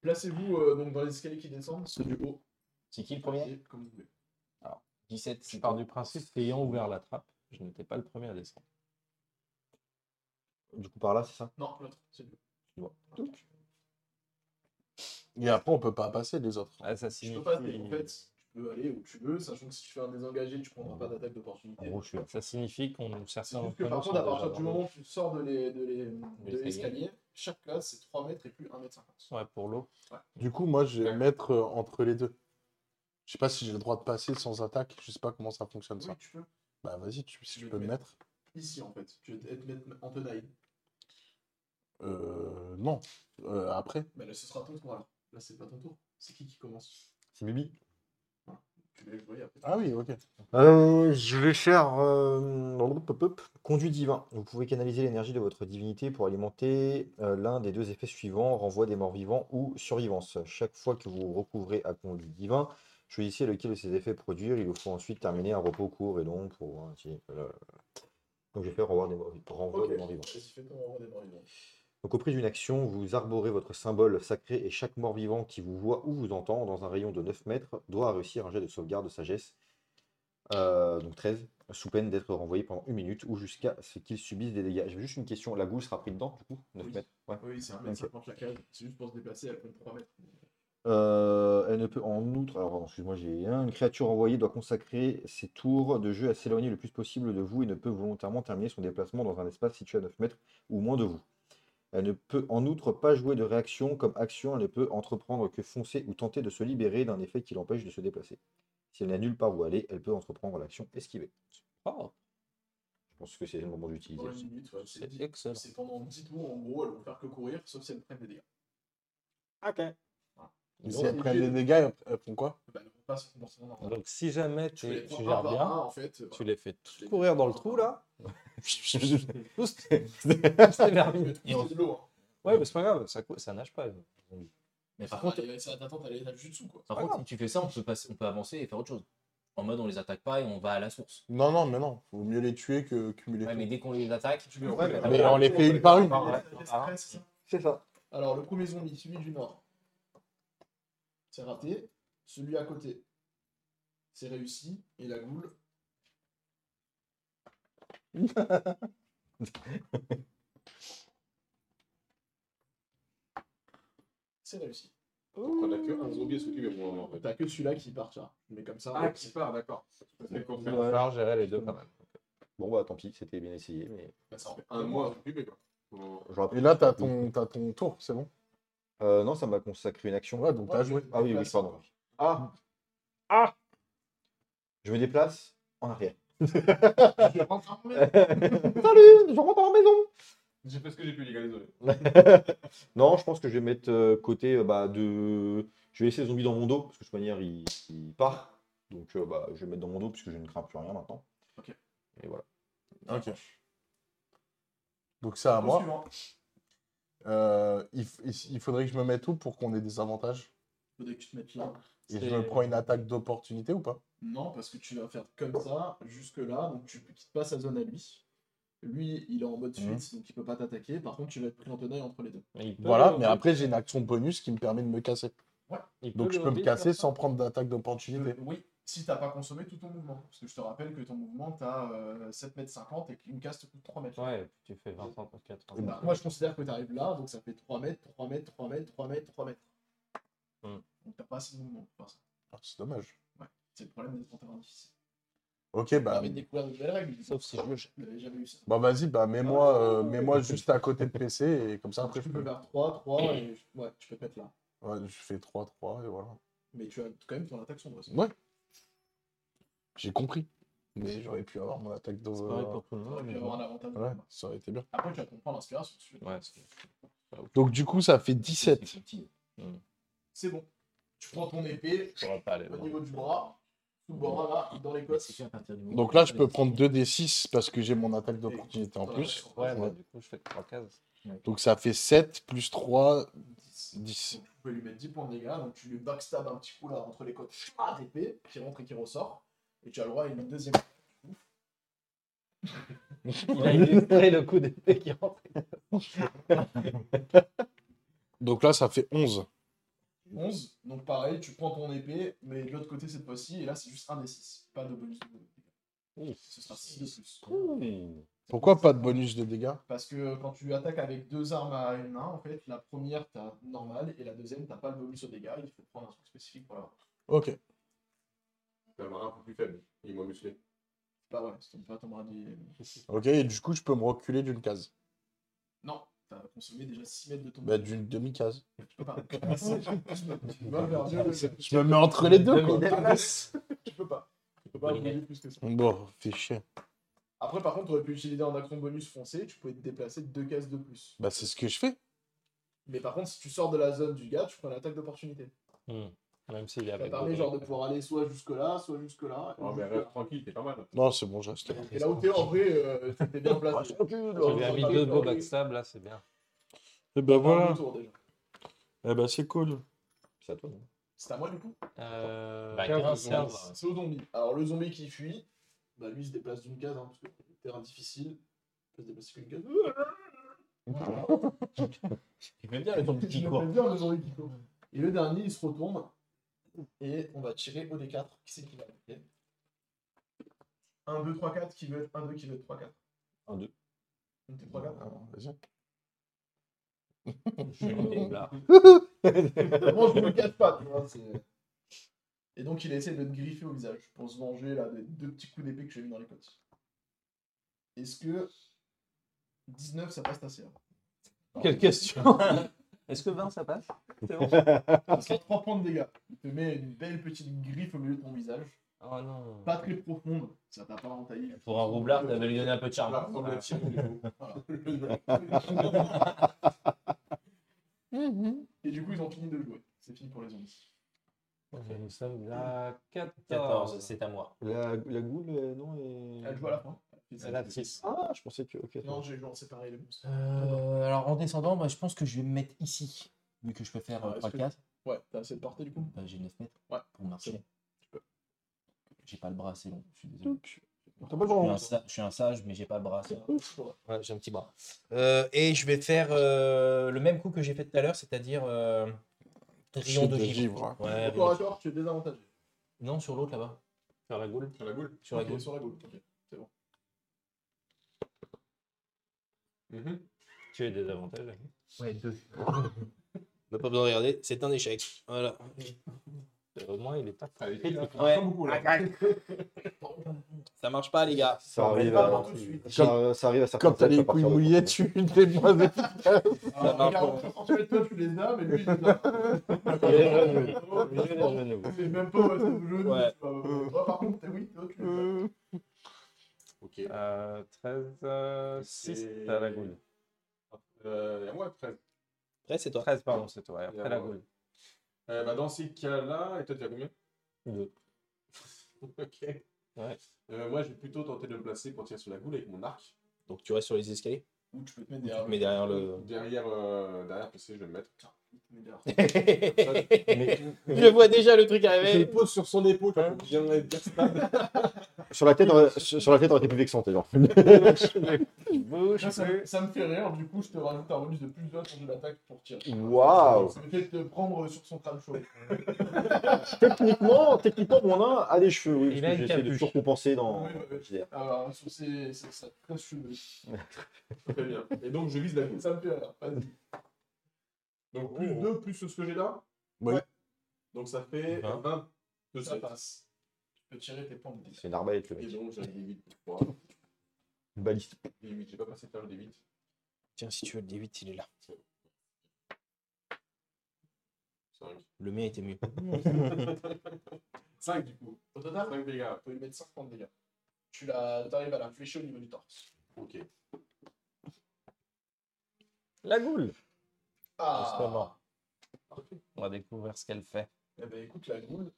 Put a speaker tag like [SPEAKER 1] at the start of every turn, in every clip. [SPEAKER 1] Placez-vous euh, donc dans les escaliers qui descendent, ceux du haut.
[SPEAKER 2] C'est qui le premier
[SPEAKER 1] Et Comme vous voulez.
[SPEAKER 2] 17, c'est
[SPEAKER 3] Je pars du principe qu'ayant ouvert la trappe, je n'étais pas le premier à descendre.
[SPEAKER 2] Du coup, par là, c'est ça
[SPEAKER 1] Non, l'autre, c'est lui.
[SPEAKER 4] Et après, on peut pas passer les autres.
[SPEAKER 3] Ah,
[SPEAKER 1] Tu
[SPEAKER 3] ça
[SPEAKER 1] peux
[SPEAKER 3] signifie.
[SPEAKER 1] pas, en fait, tu peux aller où tu veux, sachant que si tu fais un désengagé, tu prendras pas d'attaque
[SPEAKER 2] En
[SPEAKER 1] d'opportunité.
[SPEAKER 2] gros, je suis là.
[SPEAKER 3] Ça signifie qu'on
[SPEAKER 1] C'est
[SPEAKER 3] certains
[SPEAKER 1] juste que par
[SPEAKER 3] d'entre nous sont
[SPEAKER 1] contre, à partir
[SPEAKER 3] déjà
[SPEAKER 1] du
[SPEAKER 3] dans
[SPEAKER 1] moment où tu sors de les- de les- de
[SPEAKER 3] L'escalier.
[SPEAKER 1] l'escalier, chaque classe c'est 3 mètres et plus 1 mètre 50.
[SPEAKER 3] l'eau. Ouais, pour l'eau.
[SPEAKER 4] Du coup, moi, je vais
[SPEAKER 1] Ouais.
[SPEAKER 4] mettre euh, entre les deux. Je sais pas si j'ai le droit de passer sans attaque. Je sais pas comment ça fonctionne,
[SPEAKER 1] Oui,
[SPEAKER 4] ça.
[SPEAKER 1] tu peux.
[SPEAKER 4] Bah, vas-y, tu- si
[SPEAKER 1] Je
[SPEAKER 4] tu
[SPEAKER 1] vais
[SPEAKER 4] peux
[SPEAKER 1] te
[SPEAKER 4] me mettre.
[SPEAKER 1] Ici en fait, tu vas te te mettre en tenaille.
[SPEAKER 4] Euh, non. Euh, après.
[SPEAKER 1] Mais là, ce sera ton tour alors. Là, c'est pas ton tour. C'est qui qui commence
[SPEAKER 2] C'est Bibi
[SPEAKER 1] Tu l'as joué après.
[SPEAKER 4] Ah oui, ok.
[SPEAKER 2] Euh, je vais faire euh, pop, pop, conduit divin. Vous pouvez canaliser l'énergie de votre divinité pour alimenter euh, l'un des deux effets suivants, renvoi des morts vivants ou survivance. Chaque fois que vous recouvrez à conduit divin, choisissez lequel de ces effets produire. Il vous faut ensuite terminer un repos court et long pour... un petit- voilà. Donc je vais faire renvoi des morts, renvoi
[SPEAKER 1] Ok,
[SPEAKER 2] des morts vivants.
[SPEAKER 1] vas-y, fais ton renvoi des morts vivants.
[SPEAKER 2] Donc au prix d'une action, vous arborez votre symbole sacré et chaque mort-vivant qui vous voit ou vous entend dans un rayon de 9 mètres doit réussir un jet de sauvegarde de sagesse, euh, donc 13, sous peine d'être renvoyé pendant une minute ou jusqu'à ce qu'il subisse des dégâts. J'avais juste une question, la goule sera prise dedans du coup 9
[SPEAKER 1] Oui.
[SPEAKER 2] mètres ouais.
[SPEAKER 1] Oui, c'est 1 mètre 50 la cage. C'est juste pour se déplacer, elle prend 3 mètres.
[SPEAKER 2] Euh, Elle ne peut en outre... Alors pardon, excuse-moi, j'ai un. Une créature envoyée doit consacrer ses tours de jeu à s'éloigner le plus possible de vous et ne peut volontairement terminer son déplacement dans un espace situé à 9 mètres ou moins de vous. Elle ne peut en outre pas jouer de réaction comme action, elle ne peut entreprendre que foncer ou tenter de se libérer d'un effet qui l'empêche de se déplacer. Si elle n'a nulle part où aller, elle peut entreprendre l'action esquiver.
[SPEAKER 3] Oh,
[SPEAKER 2] Je pense que c'est le moment d'utiliser.
[SPEAKER 1] Pendant une minute, ouais, Euh, c'est
[SPEAKER 3] c'est
[SPEAKER 1] dix-
[SPEAKER 3] excellent.
[SPEAKER 1] c'est pendant 10 tours en gros, elles vont faire que courir, sauf si elles prennent des dégâts.
[SPEAKER 3] Ok.
[SPEAKER 4] Mais
[SPEAKER 1] Ils
[SPEAKER 4] si
[SPEAKER 1] ont
[SPEAKER 4] elles prennent
[SPEAKER 1] obligé
[SPEAKER 4] des dégâts, elles- elles font quoi
[SPEAKER 1] Bah, elles vont pas se comporter en ordre.
[SPEAKER 3] Ah, Donc si jamais
[SPEAKER 1] Tu les
[SPEAKER 3] t'es- tu
[SPEAKER 1] prends un
[SPEAKER 3] gères
[SPEAKER 1] par un
[SPEAKER 3] bien,
[SPEAKER 1] en fait. euh,
[SPEAKER 3] tu
[SPEAKER 1] voilà.
[SPEAKER 3] les fais
[SPEAKER 1] Je les
[SPEAKER 3] tous courir dans le
[SPEAKER 1] prends
[SPEAKER 3] trou
[SPEAKER 1] par
[SPEAKER 3] là. Tous
[SPEAKER 2] C'est
[SPEAKER 3] terminés.
[SPEAKER 1] Tu mets de l'eau, hein.
[SPEAKER 3] Ouais, mais c'est pas grave, ça, cou- ça nage pas.
[SPEAKER 5] Mais
[SPEAKER 1] Ça
[SPEAKER 5] par contre,
[SPEAKER 1] va, elle- ça t'attend à l'étage du dessous quoi.
[SPEAKER 5] par
[SPEAKER 3] pas
[SPEAKER 5] contre
[SPEAKER 3] grave.
[SPEAKER 5] si tu fais ça, on peut, passer, on peut avancer et faire autre chose. En mode, on les attaque pas et on va à la source.
[SPEAKER 4] Non, non, mais non. Vaut mieux les tuer que cumuler.
[SPEAKER 5] Ouais,
[SPEAKER 4] tout.
[SPEAKER 5] mais dès qu'on les attaque,
[SPEAKER 1] Tu mets en
[SPEAKER 3] Ouais,
[SPEAKER 1] fait-
[SPEAKER 3] mais-
[SPEAKER 4] mais on les fait une par une.
[SPEAKER 1] Ah, ouais.
[SPEAKER 3] Ah,
[SPEAKER 1] Ouais, c'est ça.
[SPEAKER 2] C'est ça.
[SPEAKER 1] Alors le premier zombie, celui du nord. C'est raté. Celui à côté. C'est réussi. Et la goule. C'est réussi.
[SPEAKER 6] On a que un zombie à s'occuper pour le moment, en fait.
[SPEAKER 1] T'as que celui-là qui partira. Mais comme ça.
[SPEAKER 6] Ah, qui part, d'accord. C'est qu'on fait
[SPEAKER 3] Il va falloir gérer les deux quand même.
[SPEAKER 2] Bon bah tant pis, c'était bien essayé, mais
[SPEAKER 1] bah, ça en fait
[SPEAKER 6] un mois à s'occuper, quoi. Faut-
[SPEAKER 2] j'aurais
[SPEAKER 4] Et là, t'as ton, t'as ton tour, c'est bon.
[SPEAKER 2] Euh, non, ça m'a consacré une action.
[SPEAKER 4] Ouais, donc
[SPEAKER 1] Ouais,
[SPEAKER 4] t'as
[SPEAKER 1] je
[SPEAKER 4] joué.
[SPEAKER 1] me
[SPEAKER 2] Ah oui, oui,
[SPEAKER 1] déplace.
[SPEAKER 2] pardon.
[SPEAKER 6] Ah,
[SPEAKER 2] Je me déplace en arrière.
[SPEAKER 1] Je rentre en premier.
[SPEAKER 2] Salut, je rentre dans la maison.
[SPEAKER 6] j'ai fait ce que j'ai pu, les gars, désolé.
[SPEAKER 2] Non, je pense que je vais mettre euh, côté euh, bah, de. Je vais laisser le zombie dans mon dos, parce que de toute manière, il, il part. Donc, euh, bah, je vais le mettre dans mon dos, puisque je ne crains plus rien maintenant.
[SPEAKER 1] Ok.
[SPEAKER 2] Et voilà.
[SPEAKER 4] Ok. Donc c'est à moi.
[SPEAKER 1] Suivant.
[SPEAKER 4] Euh, il, f- il- il faudrait que je me mette où pour qu'on ait des avantages
[SPEAKER 1] Faudrait que tu te mettes là.
[SPEAKER 4] Et
[SPEAKER 3] C'est-
[SPEAKER 4] je me prends une attaque d'opportunité ou pas
[SPEAKER 1] Non, parce que tu vas faire comme ça, jusque-là, donc tu quittes pas sa zone à lui. Lui, il est en mode
[SPEAKER 4] Mhm.
[SPEAKER 1] fuite, donc il peut pas t'attaquer. Par contre, tu vas être pris en tenaille entre les deux.
[SPEAKER 3] Mais il peut
[SPEAKER 4] Voilà,
[SPEAKER 3] le
[SPEAKER 4] mais
[SPEAKER 3] hobby-
[SPEAKER 4] après j'ai une action bonus qui me permet de me casser.
[SPEAKER 3] il peut
[SPEAKER 4] Donc
[SPEAKER 3] le
[SPEAKER 4] je peux me
[SPEAKER 3] hobby
[SPEAKER 4] casser
[SPEAKER 3] faire ça.
[SPEAKER 4] sans prendre d'attaque
[SPEAKER 1] Euh,
[SPEAKER 4] d'opportunité.
[SPEAKER 1] oui, si t'as pas consommé tout ton mouvement. Parce que je te rappelle que ton mouvement, t'as euh, 7m50 et qu'une case te coûte 3 mètres.
[SPEAKER 3] Ouais, tu fais 20 ans, 4 ans.
[SPEAKER 1] Bah, moi, je considère que t'arrives là, donc ça fait 3 mètres, 3 mètres, 3 mètres, 3 mètres, 3 mètres.
[SPEAKER 3] Mhm.
[SPEAKER 1] Hum. Donc t'as pas assez de mouvement. pour faire ça.
[SPEAKER 4] Ah, c'est dommage.
[SPEAKER 1] C'est le problème d'être en terrain difficile.
[SPEAKER 4] Ok,
[SPEAKER 1] Bah,
[SPEAKER 4] bah,
[SPEAKER 1] de découvrir de nouvelles règles.
[SPEAKER 3] Sauf si je le
[SPEAKER 1] J'avais jamais vu ça.
[SPEAKER 4] bah vas-y, bah mets-moi euh, mets-moi juste à côté de PC et comme ça après je
[SPEAKER 1] tu peux
[SPEAKER 4] peux.
[SPEAKER 1] faire 3, 3, et ouais, tu peux te mettre là.
[SPEAKER 4] Ouais, je fais 3-3 et voilà.
[SPEAKER 1] Mais tu as quand même ton attaque sombre. aussi.
[SPEAKER 4] Ouais. J'ai compris. Mais j'aurais pu avoir mon attaque dans.
[SPEAKER 3] C'est pareil pour tout le monde.
[SPEAKER 1] T'aurais pu
[SPEAKER 3] mais
[SPEAKER 1] avoir un avantage.
[SPEAKER 4] Ouais, ça aurait été bien.
[SPEAKER 1] Après, tu vas comprendre l'inspiration. si tu veux.
[SPEAKER 3] bon. Ouais, c'est-
[SPEAKER 4] Donc du coup, ça fait
[SPEAKER 5] c'est
[SPEAKER 4] 17.
[SPEAKER 5] petit.
[SPEAKER 1] C'est bon. Tu prends ton épée
[SPEAKER 3] je pourrais pas aller
[SPEAKER 1] au
[SPEAKER 3] loin.
[SPEAKER 1] niveau du bras, sous le bras, là, dans les
[SPEAKER 5] Mais
[SPEAKER 1] côtes.
[SPEAKER 5] c'est fait à partir du moment
[SPEAKER 4] Donc
[SPEAKER 5] où
[SPEAKER 4] là,
[SPEAKER 5] tu
[SPEAKER 4] je
[SPEAKER 5] fais
[SPEAKER 4] peux
[SPEAKER 5] des-
[SPEAKER 4] prendre 2d6 parce que j'ai mon attaque d'opportunité en
[SPEAKER 1] Dans la
[SPEAKER 4] plus.
[SPEAKER 1] raison.
[SPEAKER 3] Ouais, mais
[SPEAKER 4] Ouais.
[SPEAKER 3] du coup, je fais 3 cases.
[SPEAKER 4] Donc ça fait 7 plus 3,
[SPEAKER 1] 10.
[SPEAKER 4] 10.
[SPEAKER 1] Donc, tu peux lui mettre 10 points de dégâts, donc tu lui backstab un petit coup là entre les côtes, ah, d'épée, qui rentre et qui ressort, et tu as le droit à une deuxième.
[SPEAKER 3] Il a illustré le coup d'épée qui rentre.
[SPEAKER 4] Donc là, ça fait 11.
[SPEAKER 1] 11, donc pareil, tu prends ton épée, mais de l'autre côté cette fois-ci, et là c'est juste un des 6, pas de bonus. de dégâts. Ce sera 6 de plus.
[SPEAKER 4] Pourquoi pas de bonus de dégâts
[SPEAKER 1] Parce que quand tu attaques avec deux armes à une main, en fait, la première t'as normal et la deuxième t'as pas le bonus au dégâts, il faut prendre un truc spécifique pour l'avoir.
[SPEAKER 4] Ok.
[SPEAKER 6] C'est un marin un peu plus faible. Il est moins musclé.
[SPEAKER 1] Bah ouais, si tu pas ton bras des-
[SPEAKER 4] Ok, et du coup, je peux me reculer d'une case.
[SPEAKER 1] Non, t'as consommé déjà 6 mètres de ton
[SPEAKER 4] Bah, d'une demi-case.
[SPEAKER 1] Tu peux pas. Tu vas vers Dieu, mais-
[SPEAKER 4] Je me mets entre les deux, quoi.
[SPEAKER 1] tu peux pas. Tu peux pas
[SPEAKER 3] Oui.
[SPEAKER 1] bouger plus que ça.
[SPEAKER 4] Bon, fais chier.
[SPEAKER 1] Après, par contre, tu aurais pu utiliser un action bonus foncé, tu pouvais te déplacer de deux cases de plus.
[SPEAKER 4] Bah, c'est ce que je fais.
[SPEAKER 1] Mais par contre, si tu sors de la zone du gars, tu prends l'attaque d'opportunité.
[SPEAKER 3] Hmm. Même s'il est
[SPEAKER 1] Ça
[SPEAKER 3] avec.
[SPEAKER 1] permet
[SPEAKER 3] des-
[SPEAKER 1] genre de pouvoir aller soit jusque-là, soit jusque-là. euh,
[SPEAKER 6] Non, mais reste tranquille, t'es pas mal.
[SPEAKER 4] Non, c'est bon, je reste là.
[SPEAKER 1] Et là où t'es, en vrai, euh, t'es bien
[SPEAKER 4] Ah,
[SPEAKER 1] placé.
[SPEAKER 4] je recule.
[SPEAKER 3] J'avais mis deux beaux
[SPEAKER 1] Dans le- euh,
[SPEAKER 3] backstab là, c'est bien.
[SPEAKER 4] Et bah,
[SPEAKER 1] Dans
[SPEAKER 4] voilà.
[SPEAKER 1] le tour, déjà.
[SPEAKER 4] Eh bah, c'est cool.
[SPEAKER 3] C'est à toi. non
[SPEAKER 1] C'est à moi du coup
[SPEAKER 3] Euh,
[SPEAKER 5] Bah,
[SPEAKER 3] 15,
[SPEAKER 5] 15,
[SPEAKER 3] 15.
[SPEAKER 1] C'est au zombie. Alors le zombie qui fuit, bah lui il se déplace d'une case, hein, parce que terrain difficile. Il peut se déplacer qu'une case.
[SPEAKER 5] Il fait bien le temps de petit
[SPEAKER 1] Je
[SPEAKER 5] cours.
[SPEAKER 1] l'appelle bien le zombie qui court. Et le dernier, il se retourne. Et on va tirer au D4. Qui c'est qui va attaquer 1, 2, 3, 4 qui veut être 1, 2 qui veut être 3, 4.
[SPEAKER 2] 1, 2.
[SPEAKER 1] Donc t'es 3, 4. Moi je me gâte pas, tu vois. c'est- Et donc il essaie de te griffer au visage pour se venger là des deux petits coups d'épée que j'ai mis dans les côtes. Est-ce que 19 ça hein. passe ta série
[SPEAKER 3] Quelle question Est-ce que 20 ça passe C'est bon
[SPEAKER 1] Parce qu'il 3 points de dégâts. Il te met une belle petite griffe au milieu de ton visage.
[SPEAKER 3] Oh non.
[SPEAKER 1] Pas très profonde, ça t'a pas entaillé.
[SPEAKER 5] Pour un roublard, t'avais lui donné un peu de charme.
[SPEAKER 6] Là, on le tire, du coup.
[SPEAKER 1] Et du coup, ils ont fini de jouer. C'est fini pour les zombies.
[SPEAKER 3] Nous sommes là
[SPEAKER 5] 14,
[SPEAKER 3] 14.
[SPEAKER 5] c'est à moi.
[SPEAKER 2] La, la goule, euh, non
[SPEAKER 1] Elle joue à la fin.
[SPEAKER 3] C'est la 6.
[SPEAKER 2] Ah, je pensais que. Ok.
[SPEAKER 1] Non, j'ai joué en séparé les monstres.
[SPEAKER 5] Euh, alors en descendant, moi, je pense que je vais me mettre ici, vu que je peux faire
[SPEAKER 1] Ah,
[SPEAKER 5] euh,
[SPEAKER 1] est-ce
[SPEAKER 5] trois
[SPEAKER 1] que-
[SPEAKER 5] cases.
[SPEAKER 1] Ouais, t'as assez de portée du coup
[SPEAKER 5] Bah, j'ai 9 mètres
[SPEAKER 1] Ouais,
[SPEAKER 5] pour marcher.
[SPEAKER 1] c'est bon.
[SPEAKER 5] J'ai pas le bras assez long, je suis désolé.
[SPEAKER 4] Donc, T'as pas le
[SPEAKER 5] Je suis,
[SPEAKER 1] hein.
[SPEAKER 4] droit.
[SPEAKER 5] un sa- je suis un sage, mais j'ai pas le bras assez
[SPEAKER 1] euh,
[SPEAKER 5] long. Ouais, j'ai un petit bras. Euh, et je vais faire euh, le même coup que j'ai fait tout à l'heure, c'est-à-dire euh,
[SPEAKER 4] Chute de givre.
[SPEAKER 1] Au corps à corps, tu es désavantagé.
[SPEAKER 5] non, sur l'autre là-bas.
[SPEAKER 3] Faire la goule.
[SPEAKER 6] À la boule.
[SPEAKER 5] Sur la
[SPEAKER 1] Ok,
[SPEAKER 5] gauche.
[SPEAKER 1] Sur la gauche. ok.
[SPEAKER 6] Mhm.
[SPEAKER 3] Tu as des avantages.
[SPEAKER 5] Ouais, deux.
[SPEAKER 7] On n'a pas besoin de regarder, c'est un échec. Voilà.
[SPEAKER 3] Au moins, Euh, il est pas.
[SPEAKER 6] Allez, il a-
[SPEAKER 7] Ouais.
[SPEAKER 6] pas beaucoup, là.
[SPEAKER 7] Ça marche pas, les gars.
[SPEAKER 2] Ça
[SPEAKER 1] Mais
[SPEAKER 2] arrive,
[SPEAKER 1] pas
[SPEAKER 2] à...
[SPEAKER 1] pour tout de suite.
[SPEAKER 2] ça, euh, ça arrive à certains
[SPEAKER 4] Quand t'as les couilles mouillées, tu les moins
[SPEAKER 7] marche
[SPEAKER 1] Alors, regarde, en fait, toi, tu les as, mais lui, il les a. C'est même pas ouais, c'est au jeu.
[SPEAKER 7] Ouais.
[SPEAKER 1] tu vois. Toi, par contre, t'es- oui, toi, tu les as.
[SPEAKER 6] Ok.
[SPEAKER 3] Euh, 13, euh, 6,
[SPEAKER 6] C'est-
[SPEAKER 3] t'as la goule.
[SPEAKER 6] Euh, à moi, 13.
[SPEAKER 7] Après, c'est toi.
[SPEAKER 3] 13, pardon, c'est toi. Et
[SPEAKER 6] Et à
[SPEAKER 3] après la
[SPEAKER 6] moi.
[SPEAKER 3] goule.
[SPEAKER 6] Euh, bah, dans ces cas-là, et toi, tu as combien
[SPEAKER 3] Deux.
[SPEAKER 6] Ok.
[SPEAKER 3] Ouais.
[SPEAKER 6] Euh, moi, je vais plutôt tenter de me placer pour tirer sur la goule avec mon arc.
[SPEAKER 7] Donc, tu restes sur les escaliers.
[SPEAKER 1] Ou tu peux te mettre
[SPEAKER 7] Tu
[SPEAKER 1] derrière.
[SPEAKER 7] te mets derrière le.
[SPEAKER 6] Derrière, euh, derrière PC, je vais le mettre.
[SPEAKER 1] Tu te mets derrière.
[SPEAKER 7] Je vois déjà le truc
[SPEAKER 4] Je le
[SPEAKER 7] arriver.
[SPEAKER 4] pose sur son épaule.
[SPEAKER 2] Sur la tête, euh, sur sur la tête, on était plus vexant, t'es genre.
[SPEAKER 1] Ça, ça, ça me fait rire, du coup, je te rajoute un bonus de plus 2 sur de l'attaque pour tirer.
[SPEAKER 2] Waouh
[SPEAKER 1] Ça peut peut-être te prendre sur son crâne chaud.
[SPEAKER 2] Techniquement, techniquement, mon nain a des cheveux, oui.
[SPEAKER 3] Il a
[SPEAKER 2] parce que
[SPEAKER 3] une
[SPEAKER 2] J'essaie de
[SPEAKER 3] capuche.
[SPEAKER 2] surcompenser dans.
[SPEAKER 1] Oui, oui, oui.
[SPEAKER 2] Je veux dire.
[SPEAKER 1] Alors, sur ses, ses, sa tresse cheveux.
[SPEAKER 6] Très bien. Et donc, je vise la goule.
[SPEAKER 1] Ça me fait rire, vas-y.
[SPEAKER 6] Donc, plus 2 plus ce que j'ai là
[SPEAKER 4] Oui.
[SPEAKER 6] Donc, ça fait
[SPEAKER 3] Vingt.
[SPEAKER 6] 20. de
[SPEAKER 1] Ça
[SPEAKER 6] sept.
[SPEAKER 1] passe. Tu peux tirer tes points de dégâts.
[SPEAKER 2] C'est une arbalète, le
[SPEAKER 6] Et
[SPEAKER 2] mec.
[SPEAKER 6] donc, j'ai un D8. Wow.
[SPEAKER 2] Une baliste.
[SPEAKER 6] D8, j'ai pas passé de faire le D8.
[SPEAKER 7] Tiens, si tu veux, le D8, il est là.
[SPEAKER 6] 5.
[SPEAKER 7] Le mien était mieux.
[SPEAKER 6] 5 du coup.
[SPEAKER 1] Au total,
[SPEAKER 6] 5 dégâts.
[SPEAKER 1] tu peux lui mettre 5 points de dégâts. Tu la- t'arrives à la flécher au niveau du torse.
[SPEAKER 6] Ok.
[SPEAKER 3] La goule.
[SPEAKER 1] Ah
[SPEAKER 3] Justement. On va découvrir ce qu'elle fait.
[SPEAKER 1] Eh ben écoute, la goule,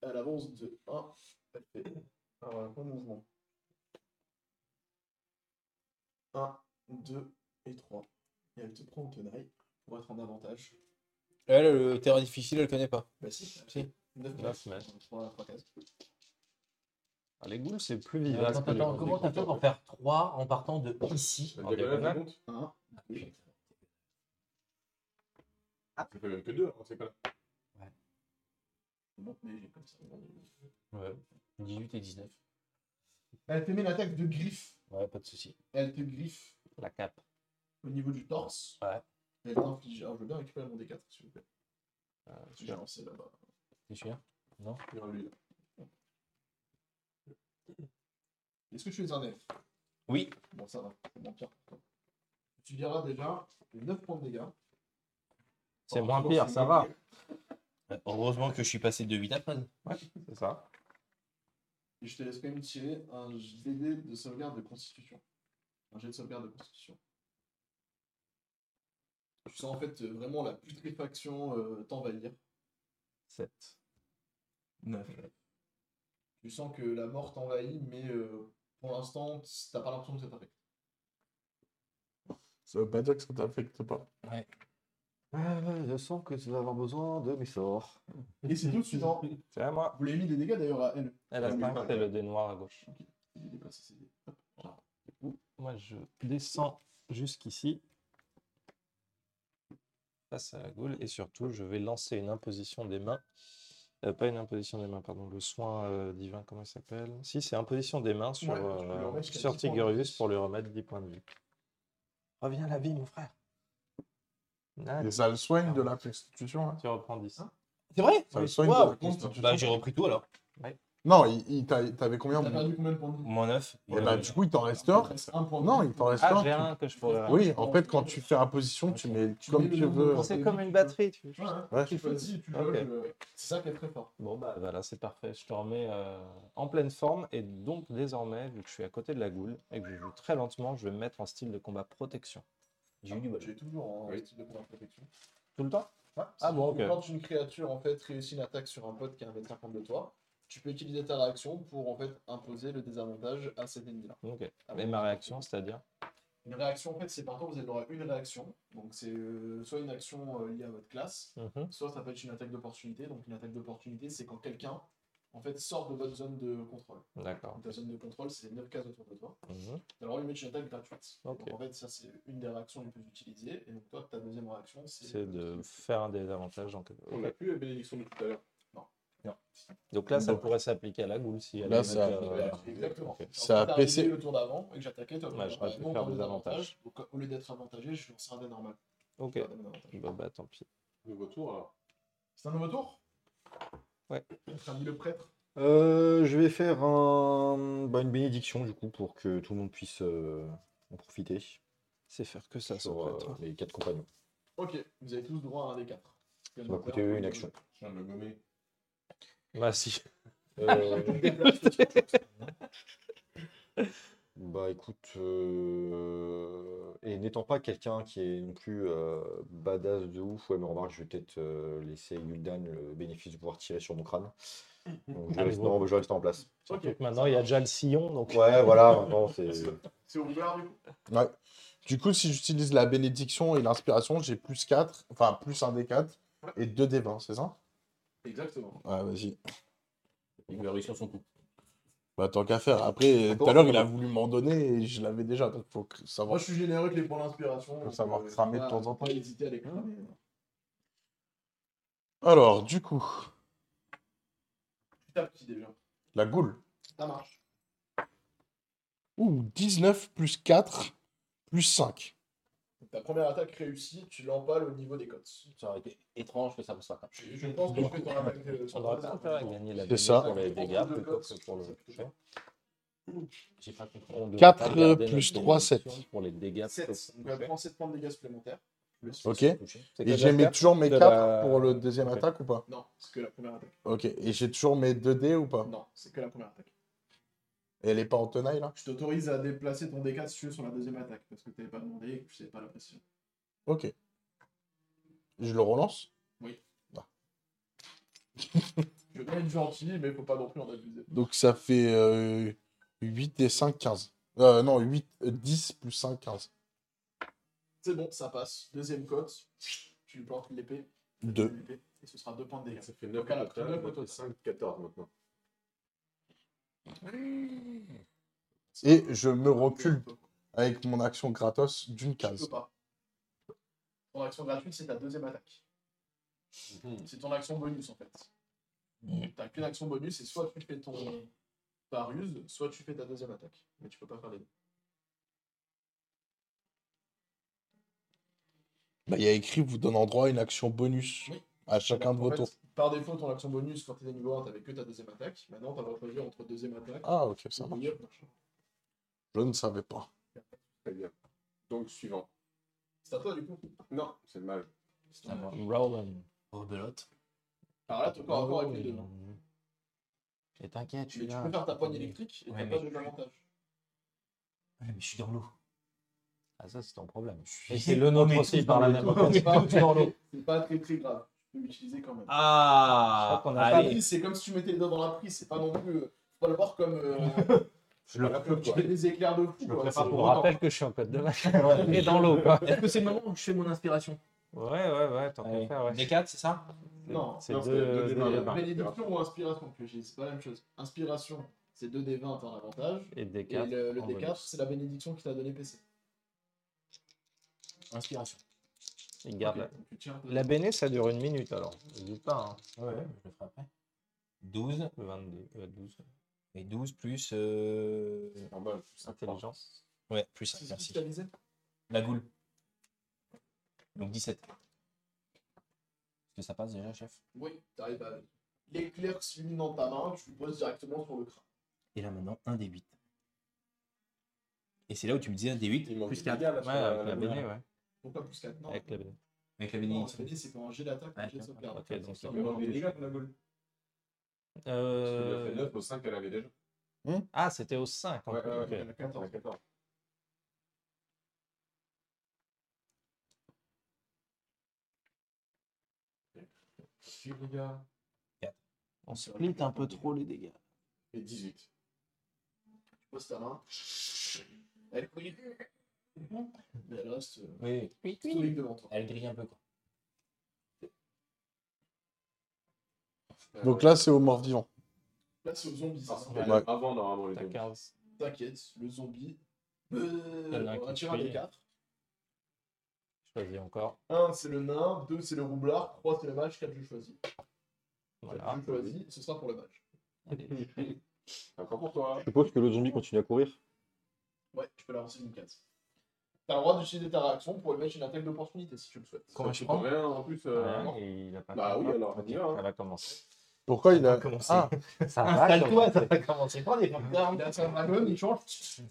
[SPEAKER 1] elle avance de 1. Elle fait un point de mouvement. 1, 2 et 3. Et elle te prend au tenaille pour être en avantage.
[SPEAKER 7] Là, le, le terrain difficile, elle le connaît pas.
[SPEAKER 1] Bah si,
[SPEAKER 7] Si.
[SPEAKER 1] 9
[SPEAKER 3] Neuf mètres.
[SPEAKER 1] 3, 3 cases.
[SPEAKER 3] Ah, les goules, c'est plus
[SPEAKER 5] Attends,
[SPEAKER 3] vivace.
[SPEAKER 5] attends,
[SPEAKER 3] que les
[SPEAKER 5] attends,
[SPEAKER 3] goules
[SPEAKER 5] comment
[SPEAKER 3] des
[SPEAKER 5] t'as fait
[SPEAKER 3] goules.
[SPEAKER 5] d'en faire 3 en partant de ici
[SPEAKER 6] La
[SPEAKER 3] En
[SPEAKER 6] diagonale, ça
[SPEAKER 3] diagonale.
[SPEAKER 6] compte
[SPEAKER 1] 1,
[SPEAKER 6] hein, Ça fait même que 2 avant ces cas-là.
[SPEAKER 1] Bon, mais j'ai comme ça.
[SPEAKER 3] Ouais. 18 et 19.
[SPEAKER 1] Elle te met une attaque de griffe.
[SPEAKER 3] Ouais, pas de souci.
[SPEAKER 1] Elle te griffe
[SPEAKER 3] La cape.
[SPEAKER 1] au niveau du torse.
[SPEAKER 3] Ouais.
[SPEAKER 1] Elle t'inflige. Alors, je veux bien récupérer mon D4, s'il vous plaît.
[SPEAKER 3] Ah,
[SPEAKER 1] J'ai lancé là-bas.
[SPEAKER 3] T'es sûr
[SPEAKER 1] Non, lui, là. Est-ce que tu es un elfe
[SPEAKER 7] Oui.
[SPEAKER 1] Bon, ça va, c'est moins pire pour toi. Tu verras déjà les 9 points de dégâts.
[SPEAKER 3] C'est
[SPEAKER 1] Alors,
[SPEAKER 3] moins
[SPEAKER 1] toujours,
[SPEAKER 3] pire,
[SPEAKER 1] Oh, c'est
[SPEAKER 3] ça
[SPEAKER 1] moins
[SPEAKER 3] va.
[SPEAKER 1] pire.
[SPEAKER 7] Heureusement que je suis passé de 8 à 13.
[SPEAKER 3] C'est ça.
[SPEAKER 1] Et je te laisse quand même tirer un GD de sauvegarde de constitution. Un jet de sauvegarde de constitution. Tu sens en fait euh, vraiment la putréfaction euh, t'envahir.
[SPEAKER 3] 7.
[SPEAKER 1] 9. Tu sens que la mort t'envahit, mais euh, pour l'instant, t- t'as pas l'impression que ça t'affecte.
[SPEAKER 4] Ça veut pas dire que ça t'affecte pas.
[SPEAKER 2] Ah, je sens que tu vas avoir besoin de mes sorts.
[SPEAKER 1] Et c'est tout, hein. suivant.
[SPEAKER 3] C'est à moi.
[SPEAKER 1] Vous l'avez mis des dégâés d'ailleurs à elle.
[SPEAKER 7] Eh ben,
[SPEAKER 3] Elle a
[SPEAKER 6] Ah, mais
[SPEAKER 3] 5,
[SPEAKER 6] pas,
[SPEAKER 3] c'est
[SPEAKER 6] ouais.
[SPEAKER 3] le dé noir à gauche.
[SPEAKER 1] Il est dépassé, c'est-
[SPEAKER 3] Moi, je descends jusqu'ici.
[SPEAKER 7] Face à la goule. Et surtout, je vais lancer une imposition des mains. Euh, pas une imposition des mains, pardon. Le soin euh, divin, comment il s'appelle Si, c'est imposition des mains sur,
[SPEAKER 1] Ouais, tu peux lui
[SPEAKER 7] euh,
[SPEAKER 1] remettre jusqu'à
[SPEAKER 7] sur
[SPEAKER 1] 10 points de
[SPEAKER 7] Tigurius
[SPEAKER 1] vie.
[SPEAKER 7] pour lui remettre 10 points de vie. Reviens à la vie, mon frère. Ah,
[SPEAKER 4] Et ça le soigne de la constitution. hein.
[SPEAKER 3] Tu reprends 10.
[SPEAKER 1] Hein
[SPEAKER 7] C'est vrai
[SPEAKER 4] Ça le
[SPEAKER 7] Oui.
[SPEAKER 4] soigne de
[SPEAKER 7] Waouh.
[SPEAKER 4] la constitution.
[SPEAKER 7] Bah, j'ai repris tout alors.
[SPEAKER 4] Non, il, il t'a- t'avais combien
[SPEAKER 1] T'as perdu combien de points de vie
[SPEAKER 7] Moins 9.
[SPEAKER 4] Eh ben, Du coup, il t'en reste un.
[SPEAKER 1] Un point de
[SPEAKER 4] Non,
[SPEAKER 1] vie.
[SPEAKER 4] il t'en reste
[SPEAKER 3] Ah,
[SPEAKER 4] un.
[SPEAKER 3] j'ai un que je pourrais.
[SPEAKER 4] Oui, en fait, quand tu fais la position, tu mets
[SPEAKER 1] Tu
[SPEAKER 4] comme
[SPEAKER 1] mets
[SPEAKER 4] tu
[SPEAKER 1] le
[SPEAKER 4] veux.
[SPEAKER 6] hein.
[SPEAKER 1] nombre.
[SPEAKER 7] C'est comme une batterie. Tu...
[SPEAKER 1] Ouais, ouais.
[SPEAKER 4] Ouais.
[SPEAKER 1] Tu choisis et tu
[SPEAKER 3] Ok.
[SPEAKER 1] loges, euh, C'est ça qui est très fort.
[SPEAKER 3] Bon, bah voilà, c'est parfait. Je te remets euh, en pleine forme. Et donc, désormais, vu que je suis à côté de la goule et que je joue très lentement, je vais me mettre en style de combat protection. J'ai eu du bol.
[SPEAKER 1] Tu es toujours en
[SPEAKER 6] Oui.
[SPEAKER 1] style de combat protection.
[SPEAKER 3] Tout le temps
[SPEAKER 1] Ah
[SPEAKER 3] bon,
[SPEAKER 1] bon,
[SPEAKER 3] ok.
[SPEAKER 1] Quand une créature en fait réussit une attaque sur un pote qui a un mètre cinquante de toi, tu peux utiliser ta réaction pour en fait imposer le désavantage à cet ennemi-là.
[SPEAKER 3] Ok. Et ma réaction, c'est-à-dire
[SPEAKER 1] Une réaction, en fait, c'est par temps, vous aurez une réaction. Donc, c'est euh, soit une action euh, liée à votre classe,
[SPEAKER 3] Mhm.
[SPEAKER 1] soit ça peut être une attaque d'opportunité. Donc, une attaque d'opportunité, c'est quand quelqu'un, en fait, sort de votre zone de contrôle.
[SPEAKER 3] D'accord.
[SPEAKER 1] Donc, ta zone de contrôle, c'est 9 cases autour de toi.
[SPEAKER 3] Mhm.
[SPEAKER 1] Alors, lui, met une attaque gratuite.
[SPEAKER 3] Ok.
[SPEAKER 1] Donc, en fait, ça, c'est une des réactions les plus utilisées. Et donc, toi, ta deuxième réaction, c'est.
[SPEAKER 3] C'est de faire un désavantage. en cas-
[SPEAKER 6] On a plus la bénédiction de tout à l'heure.
[SPEAKER 3] Donc là, ça
[SPEAKER 4] Bon.
[SPEAKER 3] pourrait s'appliquer à la goule si elle
[SPEAKER 4] Là,
[SPEAKER 3] est
[SPEAKER 4] ça-
[SPEAKER 3] déjà, euh,
[SPEAKER 1] Exactement.
[SPEAKER 3] ok.
[SPEAKER 1] Alors,
[SPEAKER 4] Ça
[SPEAKER 1] si
[SPEAKER 4] a
[SPEAKER 1] t'as
[SPEAKER 4] PC.
[SPEAKER 1] arrivé le tour d'avant et que j'attaquais, toi,
[SPEAKER 3] Ouais, j'aurais pu
[SPEAKER 1] normalement,
[SPEAKER 3] faire
[SPEAKER 1] t'as
[SPEAKER 3] des
[SPEAKER 1] des
[SPEAKER 3] avantages.
[SPEAKER 1] avantages. Donc, au lieu d'être avantagé, je lance un dé normal.
[SPEAKER 3] Ok.
[SPEAKER 1] Pas un dé normal.
[SPEAKER 3] Bah, bah tant pis.
[SPEAKER 6] Nouveau tour alors.
[SPEAKER 1] C'est un nouveau tour
[SPEAKER 3] Ouais.
[SPEAKER 1] T'as mis le prêtre
[SPEAKER 2] Euh, je vais faire un... bah, une bénédiction du coup pour que tout le monde puisse euh, en profiter
[SPEAKER 3] C'est faire que ça, ça
[SPEAKER 2] sur
[SPEAKER 3] peut être. hein.
[SPEAKER 2] euh, les quatre compagnons.
[SPEAKER 1] Ok, vous avez tous droit à un des quatre. Ça
[SPEAKER 2] va coûter une action.
[SPEAKER 6] Je viens de le gommer.
[SPEAKER 3] Bah si.
[SPEAKER 2] Euh, Bah écoute, euh, et n'étant pas quelqu'un qui est non plus euh, badass de ouf, ouais, mais remarque, je vais peut-être euh, laisser Yuldan le bénéfice de pouvoir tirer sur mon crâne. Donc je
[SPEAKER 3] Ah, mais
[SPEAKER 2] reste,
[SPEAKER 3] bon.
[SPEAKER 2] non, mais je reste en place.
[SPEAKER 6] Ok.
[SPEAKER 3] Donc maintenant, il y a déjà le sillon, donc.
[SPEAKER 2] Ouais, voilà, maintenant c'est.
[SPEAKER 6] C'est ouvert du coup.
[SPEAKER 4] Du coup, si j'utilise la bénédiction et l'inspiration, j'ai plus 4, enfin plus un des 4 et 2 des 20, c'est ça
[SPEAKER 1] Exactement.
[SPEAKER 4] Ouais, vas-y.
[SPEAKER 7] Il va réussir son coup.
[SPEAKER 4] Bah, tant qu'à faire.
[SPEAKER 3] Ah,
[SPEAKER 4] Après, tout à l'heure, il a voulu m'en donner et je l'avais déjà, donc faut que-
[SPEAKER 1] Ah, Moi,
[SPEAKER 4] savoir.
[SPEAKER 1] je suis généreux avec les points d'inspiration.
[SPEAKER 4] Faut
[SPEAKER 1] donc,
[SPEAKER 4] savoir
[SPEAKER 1] euh,
[SPEAKER 4] cramer de
[SPEAKER 1] faut
[SPEAKER 4] temps en
[SPEAKER 1] pas-
[SPEAKER 4] temps.
[SPEAKER 1] Pas hésiter à les cramer. hein.
[SPEAKER 4] Alors, du coup,
[SPEAKER 1] Tu tapes qui déjà
[SPEAKER 4] la goule.
[SPEAKER 1] Ça marche.
[SPEAKER 4] Ouh, 19 plus 4 plus 5.
[SPEAKER 1] Donc, ta première attaque réussie, tu l'empales au niveau des cotes.
[SPEAKER 5] Ça aurait été étrange que ça me soit comme
[SPEAKER 1] Je, je pense que tu fais ton attaque de.
[SPEAKER 3] On aurait pas intérêt à gagner la
[SPEAKER 4] C'est
[SPEAKER 3] goule
[SPEAKER 4] ça.
[SPEAKER 3] pour les dégâts plutôt que pour le.
[SPEAKER 5] J'ai pas compris.
[SPEAKER 3] On devrait
[SPEAKER 4] Quatre,
[SPEAKER 3] pas garder
[SPEAKER 4] euh, plus
[SPEAKER 3] notre
[SPEAKER 4] trois,
[SPEAKER 3] bénédiction
[SPEAKER 4] sept.
[SPEAKER 3] Pour les dégâts.
[SPEAKER 1] 7. Donc, elle prend 7 points de dégâts supplémentaires.
[SPEAKER 4] Ok.
[SPEAKER 3] C'est
[SPEAKER 4] Et
[SPEAKER 3] quoi,
[SPEAKER 4] j'ai mis
[SPEAKER 3] Jasper
[SPEAKER 4] toujours mes
[SPEAKER 3] de
[SPEAKER 4] 4
[SPEAKER 3] la-
[SPEAKER 4] pour le deuxième
[SPEAKER 3] Ok.
[SPEAKER 4] attaque ou pas
[SPEAKER 1] Non, c'est que la première attaque.
[SPEAKER 4] Ok. Et j'ai toujours mes 2 dés ou pas
[SPEAKER 1] Non, c'est que la première attaque.
[SPEAKER 4] Et elle est pas en tenaille là
[SPEAKER 1] Je t'autorise à déplacer ton D4 si tu veux sur la deuxième attaque, parce que t'avais pas demandé et que tu savais pas la précision.
[SPEAKER 4] Ok. Je le relance
[SPEAKER 1] Je veux bien être gentil, mais faut pas non plus en abuser.
[SPEAKER 4] Donc ça fait euh, 8 et 5, 15. Euh, non, 8, euh, 10 plus 5, 15.
[SPEAKER 1] C'est bon, ça passe. Deuxième cote, tu lui plantes l'épée.
[SPEAKER 4] 2.
[SPEAKER 1] l'épée, Et ce sera 2 points de dégâts.
[SPEAKER 6] Ça fait 9
[SPEAKER 1] Donc, à la première
[SPEAKER 6] total,
[SPEAKER 1] photo.
[SPEAKER 6] 5, 14 maintenant.
[SPEAKER 4] Et je me recule avec mon action gratos d'une
[SPEAKER 1] Tu peux
[SPEAKER 4] case.
[SPEAKER 1] pas.
[SPEAKER 4] Mhm.
[SPEAKER 1] Ton action gratuite, c'est ta deuxième attaque. C'est ton action bonus en fait. T'as qu'une action bonus et soit tu fais ton ta ruse, soit tu fais ta deuxième attaque. Mais tu peux pas faire les deux.
[SPEAKER 4] Bah, il y a écrit vous donne en droit à une action bonus
[SPEAKER 1] Oui.
[SPEAKER 4] à chacun de
[SPEAKER 1] En
[SPEAKER 4] vos
[SPEAKER 1] fait,
[SPEAKER 4] tours.
[SPEAKER 1] Par défaut, ton action bonus, quand t'étais niveau 1, t'avais que ta deuxième attaque. Maintenant, t'as le droit de choisir entre deuxième attaque
[SPEAKER 4] Ah, ok, ça
[SPEAKER 1] et
[SPEAKER 4] marche.
[SPEAKER 1] meilleure.
[SPEAKER 4] Je ne savais pas.
[SPEAKER 6] Très bien. Donc, suivant.
[SPEAKER 1] C'est à toi, du coup.
[SPEAKER 6] Non, c'est le mage.
[SPEAKER 1] C'est à
[SPEAKER 5] Ça
[SPEAKER 1] moi.
[SPEAKER 5] marche.
[SPEAKER 3] Roland.
[SPEAKER 5] Rebelote.
[SPEAKER 1] Alors là, t'es
[SPEAKER 4] Ah
[SPEAKER 1] encore encore avec les deux. hein.
[SPEAKER 5] Et t'inquiète, je
[SPEAKER 1] Mais
[SPEAKER 5] suis
[SPEAKER 1] tu
[SPEAKER 5] là.
[SPEAKER 1] peux faire ta poigne électrique et
[SPEAKER 5] Ouais,
[SPEAKER 1] t'as
[SPEAKER 5] mais-
[SPEAKER 1] pas de même avantage.
[SPEAKER 5] Ouais, mais je suis dans l'eau. Ah, ça, c'est ton problème. Je suis-
[SPEAKER 3] Et c'est le nôtre
[SPEAKER 5] On est
[SPEAKER 3] aussi,
[SPEAKER 5] tous
[SPEAKER 3] par la
[SPEAKER 5] dans
[SPEAKER 3] même
[SPEAKER 5] l'eau.
[SPEAKER 3] occasion.
[SPEAKER 5] On est tous dans l'eau.
[SPEAKER 1] C'est pas très très grave. Tu peux l'utiliser quand même.
[SPEAKER 5] Ah,
[SPEAKER 3] Je crois qu'on a
[SPEAKER 1] La
[SPEAKER 5] allez.
[SPEAKER 1] prise, c'est comme si tu mettais les doigts dans la prise. C'est pas non plus. euh, Faut pas le voir comme. euh,
[SPEAKER 6] Je le
[SPEAKER 1] comme tu fais des éclairs de fou.
[SPEAKER 3] Je me
[SPEAKER 1] quoi.
[SPEAKER 3] prépare
[SPEAKER 1] C'est
[SPEAKER 3] pour
[SPEAKER 1] vraiment-
[SPEAKER 3] rappel que je suis en code de match. On est dans l'eau, quoi.
[SPEAKER 5] Est-ce que c'est le moment où je fais mon inspiration
[SPEAKER 3] Ouais, ouais, ouais, tant qu'à
[SPEAKER 5] Allez.
[SPEAKER 3] faire, ouais.
[SPEAKER 5] Des 4, c'est ça
[SPEAKER 1] Non,
[SPEAKER 3] c'est
[SPEAKER 6] non,
[SPEAKER 3] deux,
[SPEAKER 6] c'est deux
[SPEAKER 3] deux
[SPEAKER 6] débats,
[SPEAKER 3] des
[SPEAKER 6] là.
[SPEAKER 3] vingt.
[SPEAKER 1] Bénédiction ou inspiration que j'ai, c'est pas la même chose. Inspiration, c'est 2d20, t'as un avantage.
[SPEAKER 3] Et des
[SPEAKER 1] Et
[SPEAKER 3] 4.
[SPEAKER 1] le, le
[SPEAKER 3] en
[SPEAKER 1] D4,
[SPEAKER 3] bonus.
[SPEAKER 1] c'est la bénédiction qui t'a donné PC.
[SPEAKER 5] Inspiration.
[SPEAKER 3] Il garde
[SPEAKER 1] Ok,
[SPEAKER 3] la-
[SPEAKER 1] donc tu tires deux.
[SPEAKER 3] La béné, ça dure une minute alors. Je dis pas, hein.
[SPEAKER 5] Ouais, je le ferai après. 12.
[SPEAKER 3] 22, euh, 12.
[SPEAKER 5] Et 12 plus. euh,
[SPEAKER 6] En bas,
[SPEAKER 3] Intelligence.
[SPEAKER 5] Ouais, plus
[SPEAKER 1] C'est ce
[SPEAKER 5] 5,
[SPEAKER 1] qui
[SPEAKER 5] merci.
[SPEAKER 1] t'a visé
[SPEAKER 5] La goule. Donc 17. Est-ce que ça passe déjà, chef
[SPEAKER 1] Oui, t'arrives à. L'éclair qui s'illumine dans ta main, tu le poses directement sur le crâne.
[SPEAKER 5] Et là maintenant, un des 8. Et c'est là où tu me disais un des 8
[SPEAKER 6] Il manque
[SPEAKER 5] plus
[SPEAKER 6] des
[SPEAKER 5] 4.
[SPEAKER 6] dégâts, là,
[SPEAKER 3] Ouais,
[SPEAKER 6] sur
[SPEAKER 3] avec la
[SPEAKER 6] la
[SPEAKER 3] béné, ouais.
[SPEAKER 1] Pourquoi plus 4 Non,
[SPEAKER 3] Avec la béné.
[SPEAKER 5] Avec la
[SPEAKER 1] non
[SPEAKER 5] bénédiction.
[SPEAKER 1] c'est quand un jet d'attaque, un
[SPEAKER 5] Ouais,
[SPEAKER 1] jet de
[SPEAKER 5] d'accord.
[SPEAKER 1] sauvegarde.
[SPEAKER 3] Ok, donc c'est
[SPEAKER 1] Non,
[SPEAKER 6] Il manque des
[SPEAKER 1] mais-
[SPEAKER 6] dégâts pour la boule. Parce que lui a fait
[SPEAKER 3] Euh...
[SPEAKER 6] 9 au 5, elle avait déjà.
[SPEAKER 3] Ah, c'était au 5.
[SPEAKER 6] Ouais, ouais,
[SPEAKER 3] ok.
[SPEAKER 6] ouais, elle a 14. elle a 14. Furia
[SPEAKER 5] On split un peu trop les dégâts.
[SPEAKER 6] et 18.
[SPEAKER 1] Tu poses ta main. Elle brille. Mais elle reste euh,
[SPEAKER 5] Oui, oui,
[SPEAKER 1] stoïque devant toi.
[SPEAKER 5] Elle grille un peu quoi.
[SPEAKER 6] Euh,
[SPEAKER 4] Donc là, c'est au mort-vivant.
[SPEAKER 1] Là, c'est au zombie, ça.
[SPEAKER 6] ah,
[SPEAKER 1] ça.
[SPEAKER 6] elle-
[SPEAKER 4] Ouais.
[SPEAKER 6] avant, normalement, les
[SPEAKER 3] T'as
[SPEAKER 6] zombies.
[SPEAKER 3] 15.
[SPEAKER 1] T'inquiète, le zombie.
[SPEAKER 3] Il y en a
[SPEAKER 1] Euh,
[SPEAKER 3] un
[SPEAKER 1] on
[SPEAKER 3] qui
[SPEAKER 1] va tirer un
[SPEAKER 3] crie.
[SPEAKER 1] des quatre.
[SPEAKER 3] Je choisis encore.
[SPEAKER 1] 1 c'est le nain, 2 c'est le roublard, 3 c'est le mage, 4 je choisis. 4
[SPEAKER 3] Voilà.
[SPEAKER 1] je choisis, ce sera pour le mage.
[SPEAKER 6] Encore pour toi.
[SPEAKER 2] Je suppose que le zombie continue à courir.
[SPEAKER 1] Ouais, tu peux l'avancer d'une case. T'as le droit d'utiliser ta réaction pour lui mettre une attaque d'opportunité si tu le souhaites.
[SPEAKER 5] Combien
[SPEAKER 6] Ça
[SPEAKER 5] je
[SPEAKER 6] coûte
[SPEAKER 5] prends
[SPEAKER 6] rien en plus. euh,
[SPEAKER 3] Ouais,
[SPEAKER 6] non.
[SPEAKER 3] et il a pas
[SPEAKER 6] Bah oui, alors,
[SPEAKER 3] Ok,
[SPEAKER 6] on y va, hein.
[SPEAKER 3] Ça va commencer.
[SPEAKER 4] Pourquoi il a.
[SPEAKER 5] commencer.
[SPEAKER 4] Ah,
[SPEAKER 3] Ça
[SPEAKER 5] Installe-toi,
[SPEAKER 3] commencer.
[SPEAKER 5] ça va commencer. Prends des
[SPEAKER 1] Il a un dragon, il change.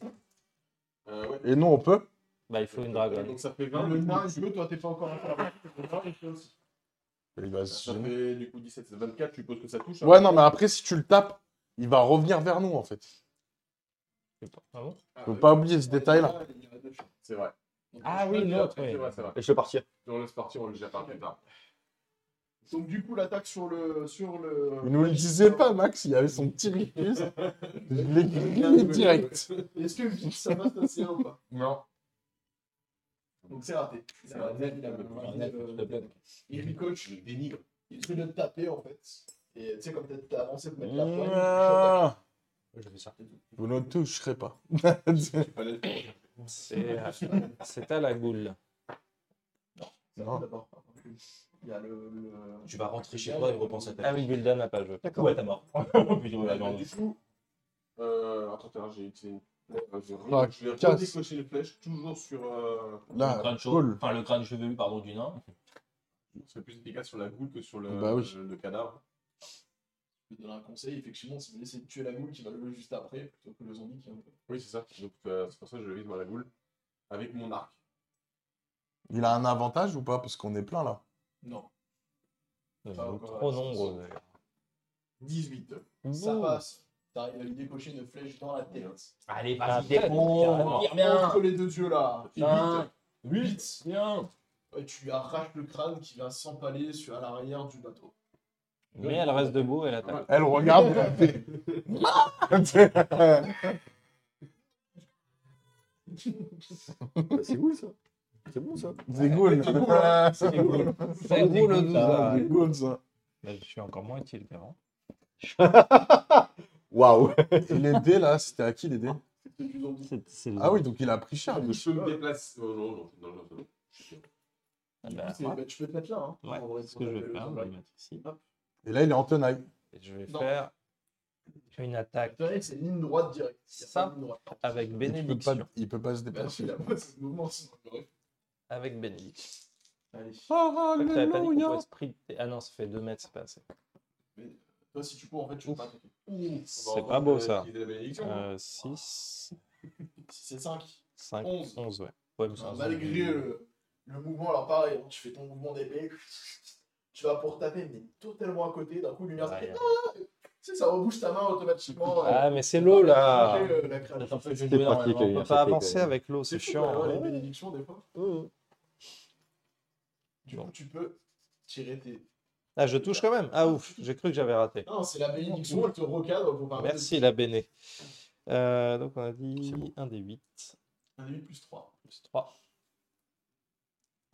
[SPEAKER 6] Euh, ouais.
[SPEAKER 4] et non, on peut
[SPEAKER 3] Bah, il faut une dragonne.
[SPEAKER 6] Donc ça fait 20.
[SPEAKER 1] Le nain il peut, toi t'es pas encore un peu là-bas. Le nain il peut aussi.
[SPEAKER 4] Il va se
[SPEAKER 6] Ça
[SPEAKER 4] gêner.
[SPEAKER 6] fait du coup 17, c'est 24, je suppose que ça touche. hein.
[SPEAKER 4] Ouais, non, mais après, si tu le tapes, il va revenir vers nous, en fait.
[SPEAKER 3] Ah bon
[SPEAKER 1] Ah,
[SPEAKER 4] Faut
[SPEAKER 1] ouais.
[SPEAKER 4] pas oublier ce détail-là.
[SPEAKER 6] Ah,
[SPEAKER 1] Il y a deux chances.
[SPEAKER 6] C'est vrai.
[SPEAKER 1] Donc,
[SPEAKER 3] Ah oui,
[SPEAKER 6] C'est
[SPEAKER 3] l'autre,
[SPEAKER 6] vrai,
[SPEAKER 3] oui.
[SPEAKER 6] C'est vrai, c'est vrai.
[SPEAKER 2] Et je peux partir.
[SPEAKER 6] On laisse partir, on le gère par plus tard.
[SPEAKER 1] Donc du coup l'attaque sur le. sur le.
[SPEAKER 4] Il nous le disait pas, Max, il avait son petit rictus. Je l'ai grillé direct.
[SPEAKER 1] Est-ce que ça passe à C1 ou pas
[SPEAKER 6] Non.
[SPEAKER 1] Donc c'est raté. Il a- il a- il a- il a- il a- euh, Il ricoche.
[SPEAKER 6] Je le dénigre.
[SPEAKER 1] Il essaie de te taper en fait. Et tu sais, comme t'as- t'as avancé pour mettre la poigne,
[SPEAKER 4] Ah,
[SPEAKER 5] Je fais ça.
[SPEAKER 4] Vous ne le toucherez pas.
[SPEAKER 6] Il fallait le faire.
[SPEAKER 3] C'est euh, c'est à la goule.
[SPEAKER 1] tu
[SPEAKER 4] Non.
[SPEAKER 1] chopes d'abord. Il y a le. le-
[SPEAKER 5] Tu vas rentrer chez toi et repenser à ta
[SPEAKER 3] Ah oui, Gul'dan n'a pas joué.
[SPEAKER 5] D'accord. Ouais, t'as mort.
[SPEAKER 1] Ah,
[SPEAKER 5] Plutôt, la
[SPEAKER 6] Mais
[SPEAKER 5] merde.
[SPEAKER 6] Du coup, euh, attends, attends, j'ai utilisé une. Euh, j'ai
[SPEAKER 4] Ah,
[SPEAKER 6] re- Je vais
[SPEAKER 4] casse.
[SPEAKER 6] redécocher les flèches, toujours sur. Euh...
[SPEAKER 5] Le
[SPEAKER 4] Là,
[SPEAKER 5] crâne chaud.
[SPEAKER 4] cool.
[SPEAKER 5] Enfin, le crâne chevelu, pardon, du nain.
[SPEAKER 6] C'est plus efficace sur la goule que sur le,
[SPEAKER 4] Bah oui.
[SPEAKER 6] le cadavre.
[SPEAKER 1] Je vais donner un conseil, effectivement, si vous essayez de tuer la moule qui va lever juste après, plutôt que le zombie qui est un peu.
[SPEAKER 6] Oui, c'est ça. Donc, euh, c'est pour ça que je vise moi la goule avec mon arc.
[SPEAKER 4] Il a un avantage ou pas Parce qu'on est plein, là.
[SPEAKER 1] Non.
[SPEAKER 3] Nous
[SPEAKER 1] Ah,
[SPEAKER 3] sommes
[SPEAKER 1] ouais,
[SPEAKER 3] trop
[SPEAKER 1] ouais,
[SPEAKER 3] nombreux. d'ailleurs.
[SPEAKER 1] 18. Ça passe. T'arrives à lui décocher une flèche dans la tête.
[SPEAKER 5] Allez,
[SPEAKER 3] Ah,
[SPEAKER 5] vas-y,
[SPEAKER 3] bon.
[SPEAKER 5] défonce. Bien.
[SPEAKER 1] Entre les deux yeux là.
[SPEAKER 5] Putain.
[SPEAKER 1] 8.
[SPEAKER 5] Bien.
[SPEAKER 1] tu lui arraches le crâne qui vient s'empaler sur à l'arrière du bateau.
[SPEAKER 3] Mais elle reste debout et elle attaque.
[SPEAKER 4] Elle regarde, elle fait... Ah
[SPEAKER 2] Bah, c'est cool ça. C'est bon ça.
[SPEAKER 4] C'est cool. C'est cool.
[SPEAKER 3] C'est
[SPEAKER 4] cool, ça. C'est cool, ça.
[SPEAKER 3] Mais Bah, je suis encore moins utile qu'avant.
[SPEAKER 4] Waouh. Les dés, là, c'était à qui, les dés
[SPEAKER 1] C'est du zombie.
[SPEAKER 3] C'est- c'est le-
[SPEAKER 4] Ah oui, donc il a pris cher, lui.
[SPEAKER 6] Je peux me déplacer. Oh, non, non, non, non, non.
[SPEAKER 3] Ah bah,
[SPEAKER 1] C'est- bah, tu peux te mettre là. Hein,
[SPEAKER 3] ben, ouais,
[SPEAKER 1] En vrai,
[SPEAKER 3] c'est ce que je vais
[SPEAKER 1] le
[SPEAKER 3] faire. Je vais
[SPEAKER 1] zombie.
[SPEAKER 3] le mettre ici.
[SPEAKER 4] Et là, il est en tenaille.
[SPEAKER 3] Et je vais
[SPEAKER 1] Non.
[SPEAKER 3] faire une attaque
[SPEAKER 1] Le tarif, Bah, c'est ligne droite directe. Il y a pas de
[SPEAKER 3] simple
[SPEAKER 1] ligne droite.
[SPEAKER 3] avec
[SPEAKER 4] Il peut,
[SPEAKER 3] bénédiction.
[SPEAKER 4] pas, il peut pas se
[SPEAKER 2] Bah,
[SPEAKER 1] Merci
[SPEAKER 4] déplacer.
[SPEAKER 1] la voix, c'est le mouvement, sinon je l'aurais fait.
[SPEAKER 3] Avec bénédiction.
[SPEAKER 1] Allez.
[SPEAKER 3] Ah, pas dit qu'on pouvait sprinter. Ah non, ça fait 2 mètres, c'est pas assez.
[SPEAKER 1] Toi, si tu cours, en fait, tu peux pas attaquer.
[SPEAKER 3] C'est pas beau ça. Euh.
[SPEAKER 6] Utiliser la bénédiction.
[SPEAKER 3] 6,
[SPEAKER 1] Si c'est 5,
[SPEAKER 3] 5,
[SPEAKER 1] Onze.
[SPEAKER 3] 11, ouais. Ouais, mais c'est
[SPEAKER 1] Ah,
[SPEAKER 3] un
[SPEAKER 1] malgré
[SPEAKER 3] zombie.
[SPEAKER 1] le, le mouvement, alors pareil, hein, tu fais ton mouvement d'épée, tu vas pour taper, mais totalement à côté, d'un coup, lumière, Ah,
[SPEAKER 3] Ouais.
[SPEAKER 1] tu sais, ça rebouge ta main automatiquement. euh,
[SPEAKER 3] Ah, mais c'est l'eau là
[SPEAKER 1] après, euh, la créature.
[SPEAKER 2] C'est pratique. hein.
[SPEAKER 3] On peut pas avancer avec l'eau,
[SPEAKER 1] C'est
[SPEAKER 3] c'est
[SPEAKER 1] chiant,
[SPEAKER 3] chiant.
[SPEAKER 1] les
[SPEAKER 3] hein. mmh.
[SPEAKER 1] bénédictions, des fois. Du
[SPEAKER 3] Bon.
[SPEAKER 1] coup, tu peux tirer tes. Ah,
[SPEAKER 3] Ah, je touche quand même Ah ouf, j'ai cru que j'avais raté.
[SPEAKER 1] Non, c'est la bénédiction, elle te recadre pour parler.
[SPEAKER 3] Mmh. Merci la Béné. Euh, donc on a dit 1 des 8
[SPEAKER 1] Un débit plus 3.
[SPEAKER 3] plus 3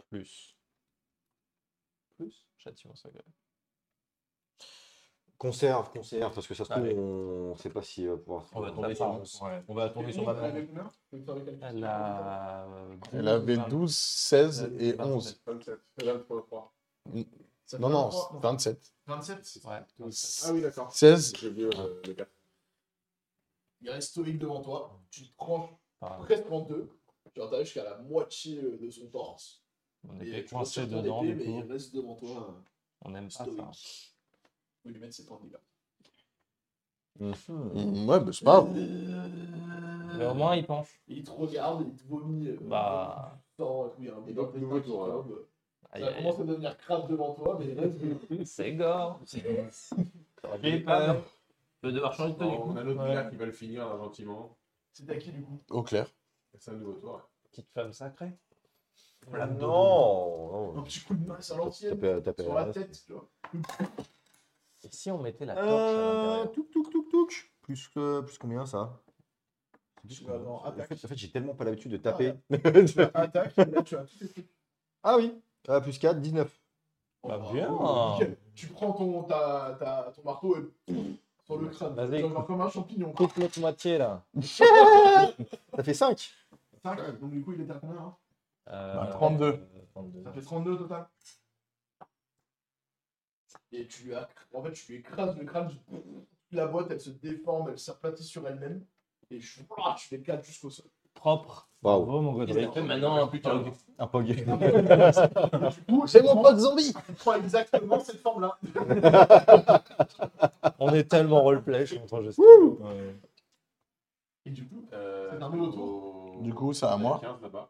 [SPEAKER 3] plus. Plus Châtillon, ça gueule.
[SPEAKER 2] Conserve, conserve, parce que ça se
[SPEAKER 3] Ah
[SPEAKER 2] trouve,
[SPEAKER 3] ouais.
[SPEAKER 2] on sait pas si va pouvoir.
[SPEAKER 5] On va
[SPEAKER 3] tomber
[SPEAKER 5] tomber
[SPEAKER 3] sur-
[SPEAKER 5] sur On va tomber sur
[SPEAKER 1] la
[SPEAKER 5] Batman.
[SPEAKER 3] Elle a.
[SPEAKER 4] Elle avait 12, 16 et 11.
[SPEAKER 6] 27, 23, 3.
[SPEAKER 4] Non, non, c'est 27.
[SPEAKER 1] 27
[SPEAKER 3] Ouais.
[SPEAKER 6] Ah oui, d'accord.
[SPEAKER 4] 16,
[SPEAKER 6] J'ai vu euh, le 4.
[SPEAKER 1] Il reste stoïque devant toi, tu te tranches
[SPEAKER 3] Enfin,
[SPEAKER 1] presque en deux, tu vas jusqu'à la moitié euh, de son torse. Et
[SPEAKER 3] on était
[SPEAKER 1] tu retires
[SPEAKER 3] coincé
[SPEAKER 1] ton
[SPEAKER 3] dedans,
[SPEAKER 1] épée,
[SPEAKER 3] du
[SPEAKER 1] mais
[SPEAKER 3] coup.
[SPEAKER 1] il reste devant toi, euh,
[SPEAKER 3] On aime pas
[SPEAKER 1] stoïque.
[SPEAKER 3] ça.
[SPEAKER 1] Faut lui mettre ses points de dégâts.
[SPEAKER 4] Mm, ouais, bah, c'est pas grave.
[SPEAKER 3] Mais au moins, il penche.
[SPEAKER 1] Et il te regarde, il te vomit. euh,
[SPEAKER 3] Bah.
[SPEAKER 1] il te sent, il y a un débat
[SPEAKER 6] Donc, nouveau
[SPEAKER 1] pestin qui
[SPEAKER 6] tour, alors.
[SPEAKER 1] tombe.
[SPEAKER 3] Aïe,
[SPEAKER 1] Ça
[SPEAKER 3] aïe,
[SPEAKER 1] commence à devenir crade devant toi, mais il reste.
[SPEAKER 3] aïe. C'est gore
[SPEAKER 5] J'ai peur. Je vais devoir changer de tenue.
[SPEAKER 6] on a notre gars qui va le finir là, gentiment.
[SPEAKER 1] C'est à qui du coup
[SPEAKER 4] Au clair.
[SPEAKER 6] C'est un nouveau tour.
[SPEAKER 3] Petite femme sacrée.
[SPEAKER 2] Non,
[SPEAKER 1] Un
[SPEAKER 2] non.
[SPEAKER 1] petit coup de masse à l'ancienne,
[SPEAKER 2] Taper- taper
[SPEAKER 1] sur
[SPEAKER 2] la
[SPEAKER 1] la
[SPEAKER 2] race.
[SPEAKER 1] tête, tu vois.
[SPEAKER 3] Et si on mettait la torche à
[SPEAKER 2] Euh,
[SPEAKER 3] l'intérieur
[SPEAKER 2] touc, touc, touc, touc. Plus, euh, plus combien ça
[SPEAKER 1] Tu
[SPEAKER 2] Plus
[SPEAKER 1] vas
[SPEAKER 2] combien
[SPEAKER 1] avoir
[SPEAKER 2] En
[SPEAKER 1] attaque.
[SPEAKER 2] fait, en fait, j'ai tellement pas l'habitude de taper.
[SPEAKER 1] Tu as attaque, là Ah, tu as tout tes trucs.
[SPEAKER 2] ah oui Ah, Plus 4, 19.
[SPEAKER 3] Bah,
[SPEAKER 1] Oh,
[SPEAKER 3] bien.
[SPEAKER 1] bravo, nickel. Tu prends ton, ta, ta- ton marteau et sur le crâne.
[SPEAKER 3] Vas-y,
[SPEAKER 1] Tu vas voir comme un champignon.
[SPEAKER 3] Coupe l'autre moitié là.
[SPEAKER 2] Ça fait 5
[SPEAKER 1] Tac, Donc du coup, il est à combien hein
[SPEAKER 3] Euh,
[SPEAKER 4] Bah, 32.
[SPEAKER 1] Ça fait 32 au total. Et tu lui, acc- en fait, tu lui écrases le crâne. La boîte, elle se déforme, elle s'aplatit sur elle-même. Et je, ah, je fais 4 jusqu'au sol.
[SPEAKER 3] Propre.
[SPEAKER 2] Waouh
[SPEAKER 3] Bravo, mon Godric.
[SPEAKER 5] Maintenant, maintenant, un putain.
[SPEAKER 2] Un pog.
[SPEAKER 1] C'est
[SPEAKER 2] mon pote zombie
[SPEAKER 1] Tu prends exactement cette forme-là.
[SPEAKER 3] On est tellement roleplay, je suis content, je sais.
[SPEAKER 1] Et du coup,
[SPEAKER 6] Euh,
[SPEAKER 1] C'est un nouveau tour.
[SPEAKER 6] au-
[SPEAKER 4] Du coup, c'est à
[SPEAKER 6] au
[SPEAKER 4] moi.
[SPEAKER 6] 15 là-bas.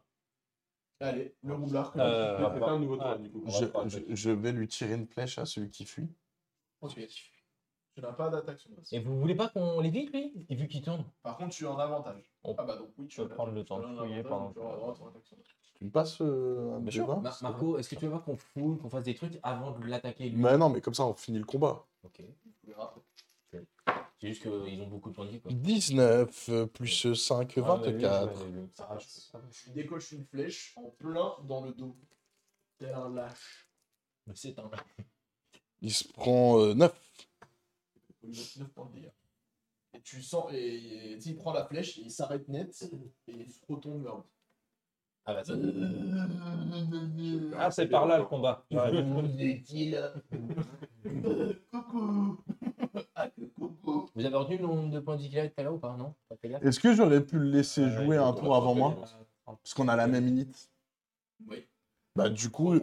[SPEAKER 1] allez, le roublard. que
[SPEAKER 3] Euh,
[SPEAKER 1] tu fais.
[SPEAKER 6] C'est un nouveau tour, du coup.
[SPEAKER 4] Je, je- je vais lui tirer une flèche à celui qui fuit.
[SPEAKER 1] Ok. Tu n'as pas d'attaque sur moi.
[SPEAKER 5] Et vous voulez pas qu'on l'évite, lui Et vu qu'il tourne.
[SPEAKER 1] Par contre, tu as un avantage.
[SPEAKER 5] On
[SPEAKER 1] Ah bah donc oui, tu
[SPEAKER 3] peut
[SPEAKER 1] as
[SPEAKER 3] prendre le
[SPEAKER 1] tu as
[SPEAKER 3] temps de
[SPEAKER 1] un
[SPEAKER 3] fouiller
[SPEAKER 1] avantage,
[SPEAKER 3] pendant
[SPEAKER 1] tu auras
[SPEAKER 3] que-
[SPEAKER 1] droit à ton attaque sur moi.
[SPEAKER 4] Tu me passes euh, un débat
[SPEAKER 5] Ma- Marco, est-ce que tu veux voir qu'on foule, qu'on fasse des trucs avant de l'attaquer lui
[SPEAKER 4] Mais non, mais comme ça, on finit le combat.
[SPEAKER 5] Ok.
[SPEAKER 1] Tu verras.
[SPEAKER 5] C'est juste qu'ils ont beaucoup de points de vie, quoi.
[SPEAKER 4] 19 euh, plus 5, 24.
[SPEAKER 1] Tu décoches une flèche en plein dans le dos. Tel un lâche.
[SPEAKER 5] Mais C'est un.
[SPEAKER 4] Il se prend euh, 9.
[SPEAKER 1] Faut lui mettre 9 points de dégâts. Et tu sens, et, et tu sais, il prend la flèche, et il s'arrête net, et il se retourne vers vous.
[SPEAKER 5] Ah, vas-y.
[SPEAKER 3] Ah, c'est par là le combat. Ouais.
[SPEAKER 1] Vous est-il Coucou Ah, que coucou
[SPEAKER 5] Vous avez retenu le nombre de points de vie qu'il a tout à l'heure ou pas Non Pas fait gaffe
[SPEAKER 4] Est-ce que j'aurais pu le laisser jouer un tour avant moi Parce qu'on a la même init.
[SPEAKER 1] Oui.
[SPEAKER 4] Bah, du coup,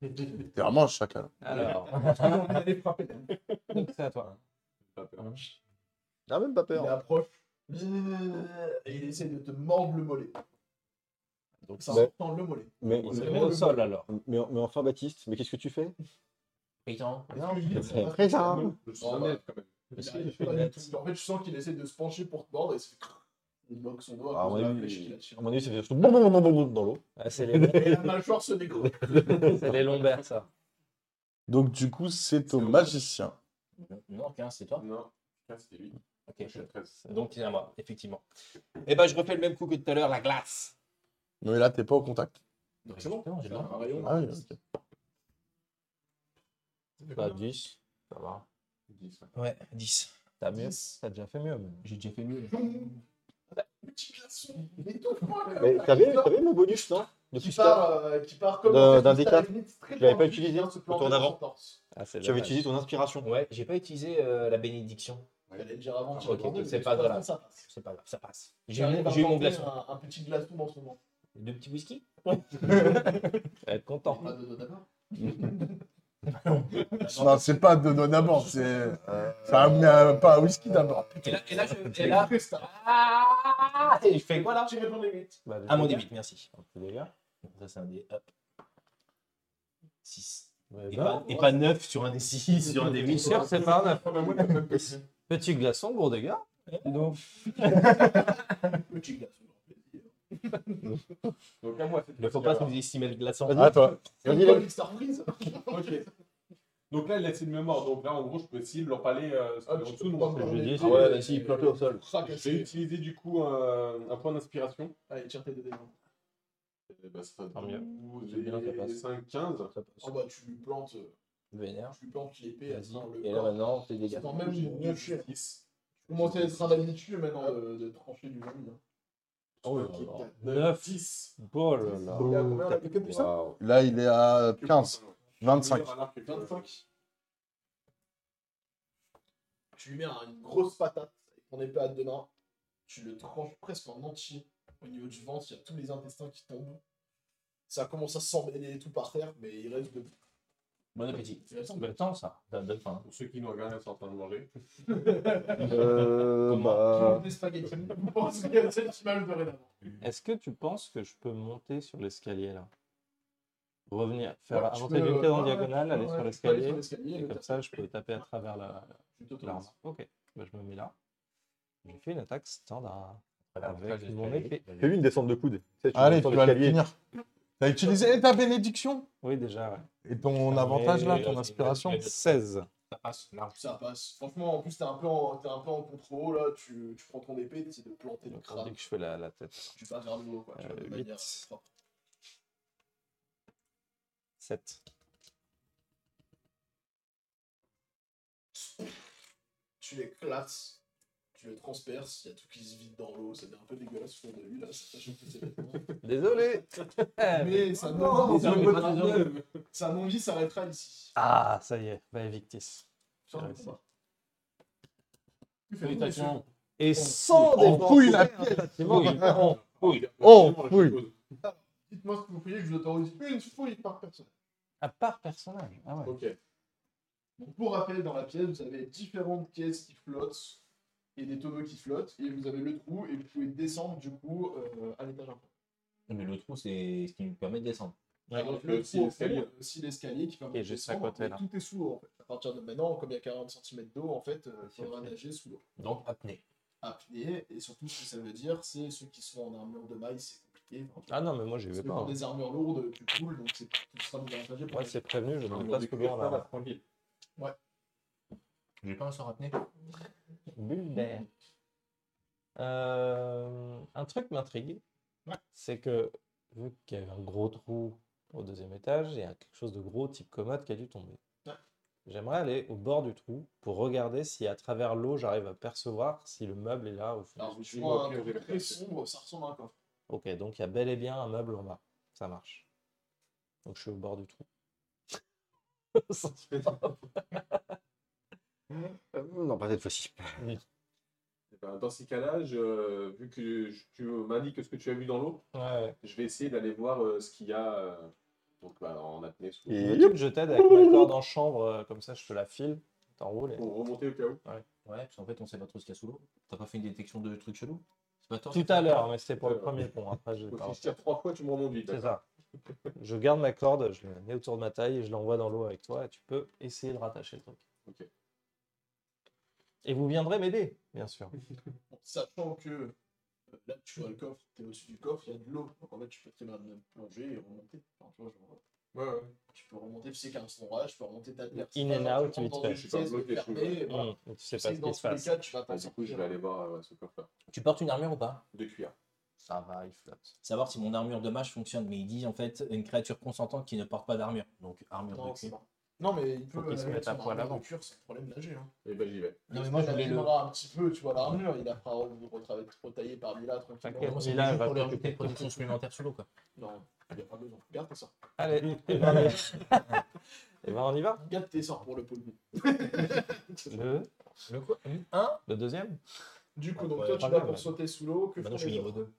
[SPEAKER 4] t'es vraiment chacun.
[SPEAKER 3] Alors,
[SPEAKER 1] On est allé frapper.
[SPEAKER 3] c'est à toi.
[SPEAKER 2] Ah, même pas
[SPEAKER 1] Il
[SPEAKER 2] peur.
[SPEAKER 1] approche. Et il essaie de te mordre le mollet. Donc ça
[SPEAKER 2] Mais-
[SPEAKER 1] entend le mollet.
[SPEAKER 2] Mais,
[SPEAKER 3] On se
[SPEAKER 2] mais,
[SPEAKER 3] met au sol alors.
[SPEAKER 2] mais, mais enfin, Baptiste, mais qu'est-ce que tu fais
[SPEAKER 5] Pétant.
[SPEAKER 1] Est-ce que je dis-
[SPEAKER 2] c'est très simple.
[SPEAKER 6] Je suis en net, quand même.
[SPEAKER 1] Il arrive pas du tout. En fait, tu sens qu'il essaie de se pencher pour te mordre et c'est- il bloque son doigt. à
[SPEAKER 2] Ah,
[SPEAKER 1] cause de
[SPEAKER 2] ouais,
[SPEAKER 1] la
[SPEAKER 2] oui.
[SPEAKER 1] flèche qu'il a tirée.
[SPEAKER 2] À mon avis, ça fait juste bon, bon, bon, bon, bon dans l'eau.
[SPEAKER 3] Ah, c'est les,
[SPEAKER 1] Et la mâchoire se décroche.
[SPEAKER 3] c'est les lombaires, ça.
[SPEAKER 4] Donc, du coup, c'est au magicien.
[SPEAKER 5] Non,
[SPEAKER 3] hein,
[SPEAKER 5] 15, c'est toi.
[SPEAKER 6] Non, 15, c'était lui.
[SPEAKER 5] Ok.
[SPEAKER 6] Je suis à 13.
[SPEAKER 5] Donc il est à moi, effectivement. Et ben je refais le même coup que tout à l'heure, la glace.
[SPEAKER 4] Non, mais là, t'es pas au contact.
[SPEAKER 1] Donc c'est bon.
[SPEAKER 5] Justement, j'ai le droit.
[SPEAKER 1] Un rayon.
[SPEAKER 4] Ah oui, ok.
[SPEAKER 3] Bah, 10. Ça va.
[SPEAKER 5] Ouais, 10.
[SPEAKER 3] T'as mieux T'as déjà fait mieux.
[SPEAKER 5] J'ai déjà fait mieux.
[SPEAKER 1] Petit glaçon. Il Ah, bah, est tout froid. là.
[SPEAKER 2] Mais t'avais t'avais mon bonus, non De
[SPEAKER 1] Qui
[SPEAKER 2] plus tard.
[SPEAKER 1] part, euh, qui part comme
[SPEAKER 2] D'un-
[SPEAKER 1] en fait,
[SPEAKER 2] d'un
[SPEAKER 1] c'est
[SPEAKER 2] détail.
[SPEAKER 1] la limite très
[SPEAKER 2] Je l'avais pas
[SPEAKER 1] tendue,
[SPEAKER 2] utilisé,
[SPEAKER 1] vient se
[SPEAKER 2] le
[SPEAKER 1] planter
[SPEAKER 2] tour
[SPEAKER 1] dans son
[SPEAKER 2] d'avant.
[SPEAKER 1] torse.
[SPEAKER 3] Ah, c'est
[SPEAKER 2] Tu avais
[SPEAKER 3] dommage.
[SPEAKER 2] utilisé ton inspiration.
[SPEAKER 5] Ouais, j'ai pas utilisé euh, la bénédiction.
[SPEAKER 1] J'allais le dire avant.
[SPEAKER 6] Ah,
[SPEAKER 1] tu vois,
[SPEAKER 5] ok,
[SPEAKER 1] bordel,
[SPEAKER 5] c'est
[SPEAKER 1] mais
[SPEAKER 5] pas
[SPEAKER 1] de toute
[SPEAKER 5] grave.
[SPEAKER 1] façon, ça-
[SPEAKER 5] C'est pas grave, ça passe. J'ai eu
[SPEAKER 1] J'arrive
[SPEAKER 5] mon-
[SPEAKER 1] à
[SPEAKER 5] j'ai eu mon
[SPEAKER 1] inventer
[SPEAKER 5] glaçon.
[SPEAKER 1] euh, un, un petit glaçon en ce moment.
[SPEAKER 5] Deux petits whisky
[SPEAKER 3] Elle va être contente.
[SPEAKER 5] Ah,
[SPEAKER 1] Pas Ah, de dos d'abord.
[SPEAKER 4] Non, c'est pas de non d'abord, c'est. euh, Ça a amené un pas à whisky d'abord.
[SPEAKER 5] Et là, et là, je, et là- Ah Et je fais quoi là
[SPEAKER 1] Tu réponds les 8.
[SPEAKER 3] Bah, déjà,
[SPEAKER 5] Ah, mon débit, merci. Un peu déjà. Ça, c'est un dé. Hop. 6.
[SPEAKER 3] ouais,
[SPEAKER 5] Et,
[SPEAKER 3] bah,
[SPEAKER 5] pas, et pas 9 sur un des 6, sur un des 8.
[SPEAKER 3] sûr, c'est pas un app-
[SPEAKER 6] Ah, bah, moi, t'as même pas-
[SPEAKER 3] Petit glaçon, gros dégâts. Donc,
[SPEAKER 1] Petit glaçon.
[SPEAKER 6] Donc, à moi, c'est
[SPEAKER 5] Il ne faut pas sous-estimer le glaçon.
[SPEAKER 4] À Ah, toi.
[SPEAKER 1] C'est
[SPEAKER 4] Vas-y,
[SPEAKER 1] pas
[SPEAKER 4] vas-y.
[SPEAKER 1] une Star Freeze.
[SPEAKER 6] Ok. Donc là, il a une mémoire. Donc là, en gros, je peux essayer de leur parler euh, ce
[SPEAKER 1] Ah,
[SPEAKER 6] qui est
[SPEAKER 1] tu
[SPEAKER 6] en
[SPEAKER 1] peux
[SPEAKER 6] dessous.
[SPEAKER 1] prendre
[SPEAKER 6] donc,
[SPEAKER 1] ton
[SPEAKER 6] je
[SPEAKER 1] dé.
[SPEAKER 6] dis-
[SPEAKER 1] Ah ouais, vas-y,
[SPEAKER 5] plante-le au sol.
[SPEAKER 6] Je vais
[SPEAKER 1] Fracassé.
[SPEAKER 6] utiliser du coup un, un point d'inspiration.
[SPEAKER 1] Allez, Ah, tire tes deux dés. hein.
[SPEAKER 6] Eh ben, ça
[SPEAKER 3] Tant mieux.
[SPEAKER 6] 12
[SPEAKER 3] C'est bien, ça
[SPEAKER 6] et
[SPEAKER 3] passe.
[SPEAKER 6] 5, 15.
[SPEAKER 1] Oh bah, tu lui plantes,
[SPEAKER 5] Vénère.
[SPEAKER 1] tu lui plantes l'épée.
[SPEAKER 5] Vas-y.
[SPEAKER 1] dans le
[SPEAKER 5] Et là
[SPEAKER 1] corps.
[SPEAKER 5] maintenant, t'es dégâts.
[SPEAKER 1] C'est quand
[SPEAKER 3] Oh
[SPEAKER 1] même
[SPEAKER 6] J'ai
[SPEAKER 1] une
[SPEAKER 6] deux,
[SPEAKER 1] bouche.
[SPEAKER 6] six.
[SPEAKER 1] Commencez à être un habitué maintenant de, de trancher du joli. Hein.
[SPEAKER 3] oh là
[SPEAKER 1] Ok,
[SPEAKER 3] là.
[SPEAKER 1] quatre,
[SPEAKER 3] Neuf.
[SPEAKER 6] 10.
[SPEAKER 3] Oh là là.
[SPEAKER 1] Il a combien la
[SPEAKER 6] que puissance
[SPEAKER 2] Waouh.
[SPEAKER 4] Là, il est à 15, 25.
[SPEAKER 6] 25.
[SPEAKER 1] Tu lui mets un- une grosse patate avec ton épée à deux mains. Tu le tranches presque en entier. Au niveau du ventre, il y a tous les intestins qui tombent. Ça commence à s'emmêler et tout par terre, mais il reste de.
[SPEAKER 5] Bon appétit.
[SPEAKER 1] Il reste
[SPEAKER 5] C'est temps ça. Ça me donne faim.
[SPEAKER 6] Pour ceux qui nous regardent, ils sont en train de manger.
[SPEAKER 2] Euh, bah,
[SPEAKER 1] Toujours des spaghettis. Vous pensez qu'il y a cette image dorénavant.
[SPEAKER 3] Est-ce que tu penses que je peux monter sur l'escalier là Revenir, faire
[SPEAKER 1] Ouais, tu
[SPEAKER 3] avancer
[SPEAKER 1] peux- euh,
[SPEAKER 3] d'une case en
[SPEAKER 1] ouais,
[SPEAKER 3] diagonale,
[SPEAKER 1] ouais,
[SPEAKER 3] aller
[SPEAKER 1] ouais,
[SPEAKER 3] sur
[SPEAKER 1] tu peux aller
[SPEAKER 3] l'escalier.
[SPEAKER 1] sur l'escalier,
[SPEAKER 3] Et
[SPEAKER 1] le
[SPEAKER 3] comme ça, je peux taper à travers la
[SPEAKER 1] Tu t'autorises.
[SPEAKER 3] l'arme. Ok, bah, je me mets là. Je fais une attaque standard
[SPEAKER 5] Avantage
[SPEAKER 3] avec mon
[SPEAKER 5] d'escalier.
[SPEAKER 3] épée.
[SPEAKER 2] fais-lui une descente de coude. Tu sais, tu
[SPEAKER 4] Allez, tu
[SPEAKER 2] descends
[SPEAKER 4] vas le
[SPEAKER 2] l'escalier.
[SPEAKER 4] finir. T'as utilisé et ta bénédiction
[SPEAKER 3] Oui, déjà, ouais.
[SPEAKER 4] et ton
[SPEAKER 3] Ah,
[SPEAKER 4] avantage là,
[SPEAKER 3] mais-
[SPEAKER 4] ton inspiration.
[SPEAKER 3] 16.
[SPEAKER 5] Ça passe. Non.
[SPEAKER 1] Ça passe. Franchement, en plus, t'es un, peu en- t'es un peu en contrôle. Là. Tu, tu prends ton épée, tu de planter le
[SPEAKER 3] Donc, on
[SPEAKER 1] crâne.
[SPEAKER 3] dit que je fais la, la tête.
[SPEAKER 1] Tu vas vers le haut, quoi. Tu
[SPEAKER 3] Euh,
[SPEAKER 1] vois, de
[SPEAKER 3] huit.
[SPEAKER 1] manière propre.
[SPEAKER 3] 7.
[SPEAKER 1] Tu l'éclates, tu le transperces, il y a tout qui se vide dans l'eau. C'était un peu dégueulasse ce qu'on a eu là. ça choque tous ces vêtements.
[SPEAKER 3] Désolé Eh,
[SPEAKER 1] Mais oh, ça
[SPEAKER 6] non,
[SPEAKER 1] non,
[SPEAKER 6] ça me pas des heures.
[SPEAKER 1] Sa non-vie s'arrêtera ici.
[SPEAKER 3] Ah, ça y est, va Evictis.
[SPEAKER 1] Fin
[SPEAKER 3] Ah,
[SPEAKER 1] du
[SPEAKER 3] c'est-
[SPEAKER 1] combat.
[SPEAKER 5] Salutations.
[SPEAKER 3] Et sans
[SPEAKER 4] On fouille la
[SPEAKER 3] défense
[SPEAKER 4] Oh,
[SPEAKER 6] Vraiment,
[SPEAKER 4] oui.
[SPEAKER 6] quelque chose.
[SPEAKER 1] Dites-moi ce que vous priez, je vous autorise une fouille par personne.
[SPEAKER 3] À part personnage. Ah ouais.
[SPEAKER 6] Ok.
[SPEAKER 1] Donc, pour rappel, dans la pièce, vous avez différentes caisses qui flottent et des tonneaux qui flottent, et vous avez le trou, et vous pouvez descendre du coup euh, à l'étage inférieur.
[SPEAKER 5] Mais le trou, c'est ce qui nous permet de descendre.
[SPEAKER 1] Alors,
[SPEAKER 6] le
[SPEAKER 1] le
[SPEAKER 6] petit
[SPEAKER 1] trou au
[SPEAKER 6] escalier.
[SPEAKER 1] fond, aussi l'escalier qui permet
[SPEAKER 3] Qui est
[SPEAKER 1] de
[SPEAKER 3] juste à
[SPEAKER 1] descendre,
[SPEAKER 3] côté,
[SPEAKER 1] mais
[SPEAKER 3] là.
[SPEAKER 1] tout est sous l'eau en fait. À partir de maintenant, comme il y a 40 cm d'eau, en fait, euh, il faudra nager sous l'eau.
[SPEAKER 5] Donc, apnée.
[SPEAKER 1] Apnée, et surtout ce que ça veut dire, c'est ceux qui sont en armure de maille, c'est compliqué. Enfin,
[SPEAKER 3] Ah non, mais moi, j'y
[SPEAKER 1] Parce
[SPEAKER 3] vais
[SPEAKER 1] que
[SPEAKER 3] pas.
[SPEAKER 1] pour
[SPEAKER 3] hein.
[SPEAKER 1] des armures lourdes, tu coules, donc c'est tu seras bien nager pour
[SPEAKER 3] Moi, c'est prévenu, je ne
[SPEAKER 6] On
[SPEAKER 3] vais pas
[SPEAKER 6] va
[SPEAKER 3] se
[SPEAKER 6] découvrir
[SPEAKER 3] couvrir
[SPEAKER 6] ça, là,
[SPEAKER 3] là.
[SPEAKER 6] tranquille.
[SPEAKER 5] J'ai pas un sort apnée.
[SPEAKER 3] Bulle d'air. Euh, un truc m'intrigue, c'est que vu qu'il y avait un gros trou au deuxième étage, il y a quelque chose de gros type commode qui a dû tomber.
[SPEAKER 1] Ouais.
[SPEAKER 3] J'aimerais aller au bord du trou pour regarder si à travers l'eau j'arrive à percevoir si le meuble est là au fond.
[SPEAKER 1] Alors,
[SPEAKER 6] Je
[SPEAKER 1] tu vois un
[SPEAKER 6] vois
[SPEAKER 1] truc
[SPEAKER 6] que-
[SPEAKER 1] très sombre, ça ressemble à un coffre.
[SPEAKER 3] Ok, donc il y a bel et bien un meuble en bas. Ça marche. Donc je suis au bord du trou. Ça se fait
[SPEAKER 6] Eh
[SPEAKER 3] pas.
[SPEAKER 2] Euh, Non, pas cette fois-ci.
[SPEAKER 6] Eh ben, Dans ces cas-là, je- vu que je- tu m'indiques ce que tu as vu dans l'eau,
[SPEAKER 3] Ouais, ouais.
[SPEAKER 6] je vais essayer d'aller voir euh, ce qu'il y a euh, donc, bah, en apnée sous
[SPEAKER 2] Et-
[SPEAKER 3] Veux-tu que je t'aide avec ma corde en chambre, euh, comme ça je te la file, t'enroules et...
[SPEAKER 6] pour remonter au cas où.
[SPEAKER 5] Ouais, parce qu'en fait, on sait pas trop ce qu'il y a sous l'eau. T'as pas fait une détection de trucs chelous C'est pas toi
[SPEAKER 3] Tout à l'heure, mais c'était pour le
[SPEAKER 6] Euh,
[SPEAKER 3] premier pont. hein. Après, je l'ai
[SPEAKER 6] Donc,
[SPEAKER 3] pas
[SPEAKER 6] si je tire trois fois, tu me remontes vite.
[SPEAKER 3] C'est ça. Je garde ma corde, je la mets autour de ma taille et je l'envoie dans l'eau avec toi et tu peux essayer de rattacher le truc.
[SPEAKER 6] Ok.
[SPEAKER 3] Et vous viendrez m'aider, bien sûr.
[SPEAKER 1] Bon, sachant que euh, là tu vois le coffre, t'es au-dessus du coffre, il y a de l'eau. Donc en fait tu peux très bien plonger et remonter. Enfin, tu, vois, genre,
[SPEAKER 6] Ouais, ouais.
[SPEAKER 1] tu peux remonter, tu sais qu'il y a un sondage, tu peux remonter ta tête.
[SPEAKER 3] In and out, vite fait.
[SPEAKER 6] Je suis pas bloqué, je suis
[SPEAKER 1] fermée,
[SPEAKER 6] ouvert.
[SPEAKER 1] voilà.
[SPEAKER 3] Mm, Tu sais
[SPEAKER 1] Tu
[SPEAKER 3] pas
[SPEAKER 1] sais
[SPEAKER 3] ce
[SPEAKER 1] que dans
[SPEAKER 3] qui se
[SPEAKER 1] tous les
[SPEAKER 3] passe.
[SPEAKER 1] cas, tu vas
[SPEAKER 6] Bah,
[SPEAKER 1] t'en
[SPEAKER 6] du coup, je
[SPEAKER 1] sortir.
[SPEAKER 6] vais aller voir euh, ce coffre-là.
[SPEAKER 5] Tu portes une armure ou pas
[SPEAKER 6] De cuir.
[SPEAKER 5] Ça va, il flotte. Savoir si mon armure de mage fonctionne, mais il dit en fait une créature consentante qui ne porte pas d'armure. Donc armure
[SPEAKER 1] Non,
[SPEAKER 5] de
[SPEAKER 1] c'est
[SPEAKER 5] cuir.
[SPEAKER 1] pas. Non, mais il
[SPEAKER 3] Faut
[SPEAKER 1] peut
[SPEAKER 3] qu'il se
[SPEAKER 1] euh,
[SPEAKER 3] mette
[SPEAKER 1] mettre
[SPEAKER 3] à
[SPEAKER 1] son
[SPEAKER 3] poil
[SPEAKER 1] armure de
[SPEAKER 3] avant.
[SPEAKER 1] cuir sans problème nager. Hein.
[SPEAKER 6] Et ben, j'y vais.
[SPEAKER 5] Non, mais moi, je voulais le-
[SPEAKER 1] un petit peu, tu vois, l'armure, il apprend à vous retravailler- retailler par là
[SPEAKER 3] T'inquiète,
[SPEAKER 1] tranquillement.
[SPEAKER 5] Moi, c'est
[SPEAKER 3] Mila,
[SPEAKER 5] juste
[SPEAKER 3] elle va
[SPEAKER 5] pour lui
[SPEAKER 3] faire
[SPEAKER 5] rajouter
[SPEAKER 3] du
[SPEAKER 5] une protection supplémentaire sous l'eau quoi.
[SPEAKER 1] Non, il n'y a pas besoin. Garde ça.
[SPEAKER 3] Allez, et ben, Et ben, on y va.
[SPEAKER 1] Garde tes sorts pour le pool.
[SPEAKER 3] Le,
[SPEAKER 5] Le quoi Un
[SPEAKER 3] le deuxième
[SPEAKER 1] Du coup, donc
[SPEAKER 5] Ouais,
[SPEAKER 1] toi, tu
[SPEAKER 3] pas
[SPEAKER 1] vas
[SPEAKER 3] mal,
[SPEAKER 1] pour
[SPEAKER 3] ouais.
[SPEAKER 1] sauter sous l'eau. Que
[SPEAKER 5] Bah non,
[SPEAKER 1] font
[SPEAKER 5] je suis
[SPEAKER 1] les
[SPEAKER 5] niveau
[SPEAKER 1] autres
[SPEAKER 5] 2.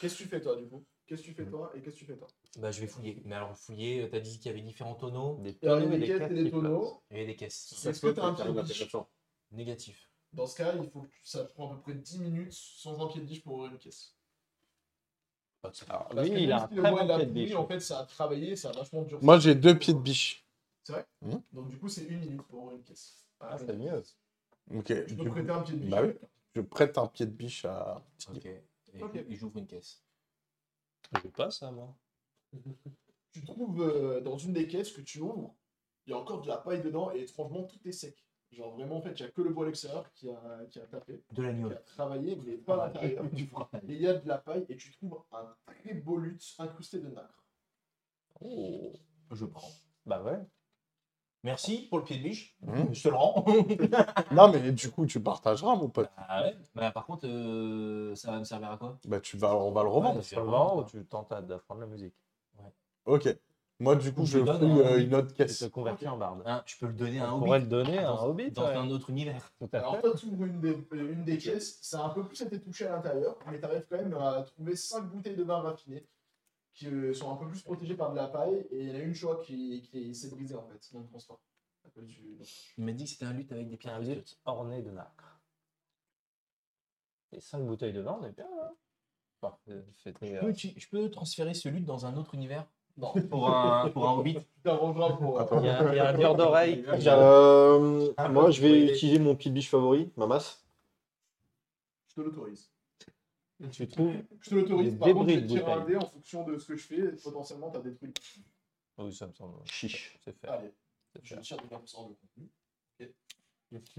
[SPEAKER 1] Qu'est-ce que tu fais, toi, du coup Qu'est-ce que tu fais, toi Et qu'est-ce que tu fais, toi
[SPEAKER 5] Bah, je vais fouiller. Mais alors, fouiller, euh, t'as dit qu'il y avait différents tonneaux
[SPEAKER 3] Des
[SPEAKER 1] Il y a
[SPEAKER 3] tonneaux
[SPEAKER 1] des
[SPEAKER 3] et des
[SPEAKER 1] quêtes et des tonneaux.
[SPEAKER 5] et des caisses.
[SPEAKER 1] Est-ce que t'as un pied
[SPEAKER 8] T'arrives
[SPEAKER 1] de
[SPEAKER 8] à faire
[SPEAKER 1] biche
[SPEAKER 8] ça.
[SPEAKER 5] Négatif.
[SPEAKER 1] Dans ce cas, il faut que tu- ça prend à peu près 10 minutes sans un pied de biche pour ouvrir une caisse.
[SPEAKER 3] Alors,
[SPEAKER 1] Parce
[SPEAKER 3] lui,
[SPEAKER 1] que
[SPEAKER 3] Ah il
[SPEAKER 1] même
[SPEAKER 3] a un
[SPEAKER 1] si le
[SPEAKER 3] très
[SPEAKER 1] bois,
[SPEAKER 3] bon
[SPEAKER 1] il a
[SPEAKER 3] pied de
[SPEAKER 1] pourri,
[SPEAKER 3] biche.
[SPEAKER 1] En fait, ça a travaillé, ça a vachement durci.
[SPEAKER 4] Moi, j'ai deux pieds de biche.
[SPEAKER 1] C'est vrai
[SPEAKER 4] Hmm.
[SPEAKER 1] Donc, du coup, c'est une minute pour ouvrir une caisse.
[SPEAKER 3] Ah, c'est mieux.
[SPEAKER 4] Ok.
[SPEAKER 1] Tu peux
[SPEAKER 4] du-
[SPEAKER 1] prêter un pied de biche.
[SPEAKER 4] Bah oui. Je prête un pied de biche à.
[SPEAKER 5] Ok. Et
[SPEAKER 1] Ok.
[SPEAKER 5] j'ou- et j'ouvre une caisse.
[SPEAKER 3] Je pas ça, moi.
[SPEAKER 1] Tu trouves euh, dans une des caisses que tu ouvres, il y a encore de la paille dedans et étrangement, tout est sec. Genre, vraiment, en fait, il n'y a que le bois à l'extérieur qui a, qui a tapé,
[SPEAKER 5] De
[SPEAKER 1] qui
[SPEAKER 5] l'agneau.
[SPEAKER 1] a travaillé, mais pas à l'intérieur. Et il y a de la paille et tu trouves un très beau luth incrusté de nacre.
[SPEAKER 5] Je prends.
[SPEAKER 3] Oh. Bah ouais.
[SPEAKER 5] Merci pour le pied de biche.
[SPEAKER 4] Mmh.
[SPEAKER 5] Je te le rends.
[SPEAKER 4] Non, mais du coup, tu partageras, mon pote.
[SPEAKER 5] Ah ouais Bah, par contre, euh, ça va me servir à quoi
[SPEAKER 4] Bah, tu vas, on va le revendre.
[SPEAKER 5] Ouais,
[SPEAKER 3] Tu le vends ou tu tentes à- d'apprendre la musique
[SPEAKER 4] Ok. Moi, du coup, je
[SPEAKER 5] Je donne
[SPEAKER 4] fouille
[SPEAKER 6] hein.
[SPEAKER 5] un-
[SPEAKER 4] euh, une autre
[SPEAKER 3] Et
[SPEAKER 4] caisse.
[SPEAKER 3] te convertir en barde.
[SPEAKER 5] Hein, Je peux le donner à un
[SPEAKER 3] On pourrait
[SPEAKER 5] hobbit.
[SPEAKER 3] le donner à un
[SPEAKER 5] Dans-
[SPEAKER 3] hobbit.
[SPEAKER 5] Dans
[SPEAKER 3] ouais.
[SPEAKER 5] un autre univers.
[SPEAKER 3] Tout à
[SPEAKER 1] Alors,
[SPEAKER 3] fait.
[SPEAKER 1] toi, tu ouvres une des, euh, une des caisses, ça a un peu plus été touché à l'intérieur, mais t'arrives quand même à trouver 5 bouteilles de vin raffiné qui euh, sont un peu plus protégées par de la paille, et il y en a une, je crois, qui, qui s'est brisée en fait dans le transport. À cause du-
[SPEAKER 5] Il m'a dit que c'était un lutte avec des pierres
[SPEAKER 3] Un lutte orné de nacre. Et cinq bouteilles de vin, on est bien là. Enfin, euh, fêter,
[SPEAKER 5] Je
[SPEAKER 3] euh,
[SPEAKER 5] peux, uti- je peux transférer ce lutte dans un autre univers Non. Pour un, pour un hobbit
[SPEAKER 1] Tu t'arrangeras pour. euh,
[SPEAKER 3] Il y, a il y a un dur d'oreille. J'ai un-
[SPEAKER 2] Euh,
[SPEAKER 3] Ah,
[SPEAKER 5] peu
[SPEAKER 3] bah,
[SPEAKER 2] moi, je vais
[SPEAKER 5] spoilé.
[SPEAKER 2] utiliser mon pied de biche favori, ma masse.
[SPEAKER 1] je te l'autorise.
[SPEAKER 3] Tu trouves
[SPEAKER 1] Je te l'autorise,
[SPEAKER 3] Des
[SPEAKER 1] par contre, je
[SPEAKER 3] débris
[SPEAKER 1] vais
[SPEAKER 3] de
[SPEAKER 1] tirer un
[SPEAKER 3] bouteilles.
[SPEAKER 1] dé en fonction de ce que je fais, potentiellement, t'as détruit.
[SPEAKER 3] Oui, ça me semble.
[SPEAKER 2] Chiche.
[SPEAKER 3] C'est fait.
[SPEAKER 1] Allez,
[SPEAKER 3] c'est
[SPEAKER 1] je
[SPEAKER 3] fait.
[SPEAKER 1] tire de 20% de contenu. Ok.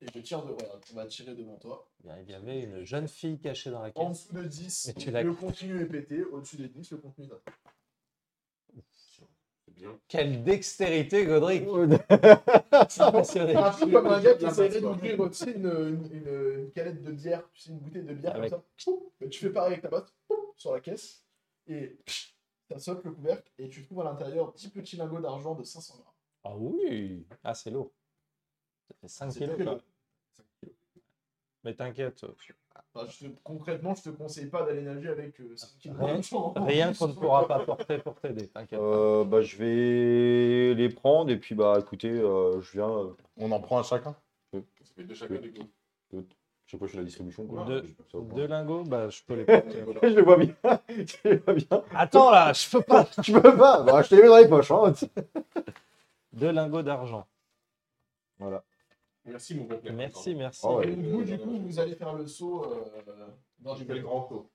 [SPEAKER 1] Et je tire de. Regarde, on va tirer devant toi.
[SPEAKER 3] Bien, Il y avait une jeune fille cachée dans la
[SPEAKER 1] En
[SPEAKER 3] caisse.
[SPEAKER 1] dessous de 10,
[SPEAKER 3] Mais tu l'as-
[SPEAKER 1] le contenu est pété. Au-dessus des 10, le contenu est atteint.
[SPEAKER 8] C'est bien.
[SPEAKER 3] Quelle dextérité, Godric C'est impressionné.
[SPEAKER 1] Un peu Ah, comme un gars qui
[SPEAKER 8] La
[SPEAKER 1] essaierait
[SPEAKER 8] passoire.
[SPEAKER 1] d'ouvrir bah, tu sais, une, une, une, une canette de bière, tu sais, une bouteille de bière
[SPEAKER 3] Avec-
[SPEAKER 1] comme ça. Pouf Mais tu fais pareil avec ta botte pouf, sur la caisse et ça saute le couvercle et tu trouves à l'intérieur 10 petits lingots d'argent de 500 grammes.
[SPEAKER 3] Ah oui Ah, c'est lourd. Ça fait 5
[SPEAKER 1] C'est
[SPEAKER 3] kilos,
[SPEAKER 1] très
[SPEAKER 3] quoi.
[SPEAKER 1] lourd.
[SPEAKER 3] Mais t'inquiète,
[SPEAKER 1] Enfin, je te- concrètement, je te conseille pas d'aller nager avec euh, 5 kilos
[SPEAKER 3] Rien-
[SPEAKER 1] d'argent.
[SPEAKER 3] rien qu'on ne pourra pas porter pour t'aider, t'inquiète.
[SPEAKER 2] Euh, bah, je vais les prendre et puis bah écoutez, euh, je viens. euh,
[SPEAKER 4] On en prend à chacun.
[SPEAKER 8] Ça fait deux chacun du coup.
[SPEAKER 2] je sais pas, je fais la distribution. Quoi.
[SPEAKER 3] Deux-
[SPEAKER 2] Je sais pas, ça va
[SPEAKER 3] Deux lingots, bah je peux les
[SPEAKER 8] Et
[SPEAKER 3] porter.
[SPEAKER 8] voilà.
[SPEAKER 2] pas. Je le vois bien. je le vois bien.
[SPEAKER 3] Attends là, je peux pas
[SPEAKER 2] Tu peux pas. Bah, je te les mets dans les poches. Hein.
[SPEAKER 3] Deux lingots d'argent.
[SPEAKER 8] Merci mon bon père.
[SPEAKER 3] Merci, merci.
[SPEAKER 2] Ah ouais.
[SPEAKER 1] Et donc, vous, du coup, vous allez faire le saut euh, dans
[SPEAKER 8] Je fais le grand saut.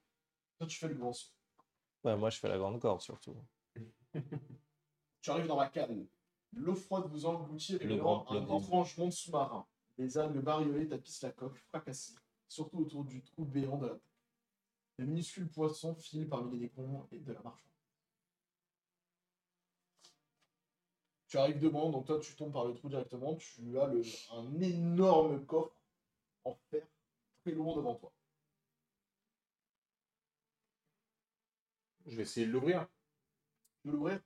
[SPEAKER 1] Toi, tu fais le grand saut.
[SPEAKER 3] Ouais, Bah, moi je fais la grande corde surtout.
[SPEAKER 1] Tu arrives dans la canne. L'eau froide vous engloutit
[SPEAKER 3] Le
[SPEAKER 1] révélant
[SPEAKER 3] grand-
[SPEAKER 1] un
[SPEAKER 3] le
[SPEAKER 1] grand
[SPEAKER 3] grand-
[SPEAKER 1] tranchement de sous-marin. Les algues bariolées tapissent la coque, fracassée, surtout autour du trou béant de la peau. De minuscules poissons filent parmi les décombres et de la marchandise. Tu arrives devant, donc toi tu tombes par le trou directement, tu as le, un énorme coffre en fer très lourd devant toi.
[SPEAKER 8] Je vais essayer de l'ouvrir.
[SPEAKER 1] Tu veux l'ouvrir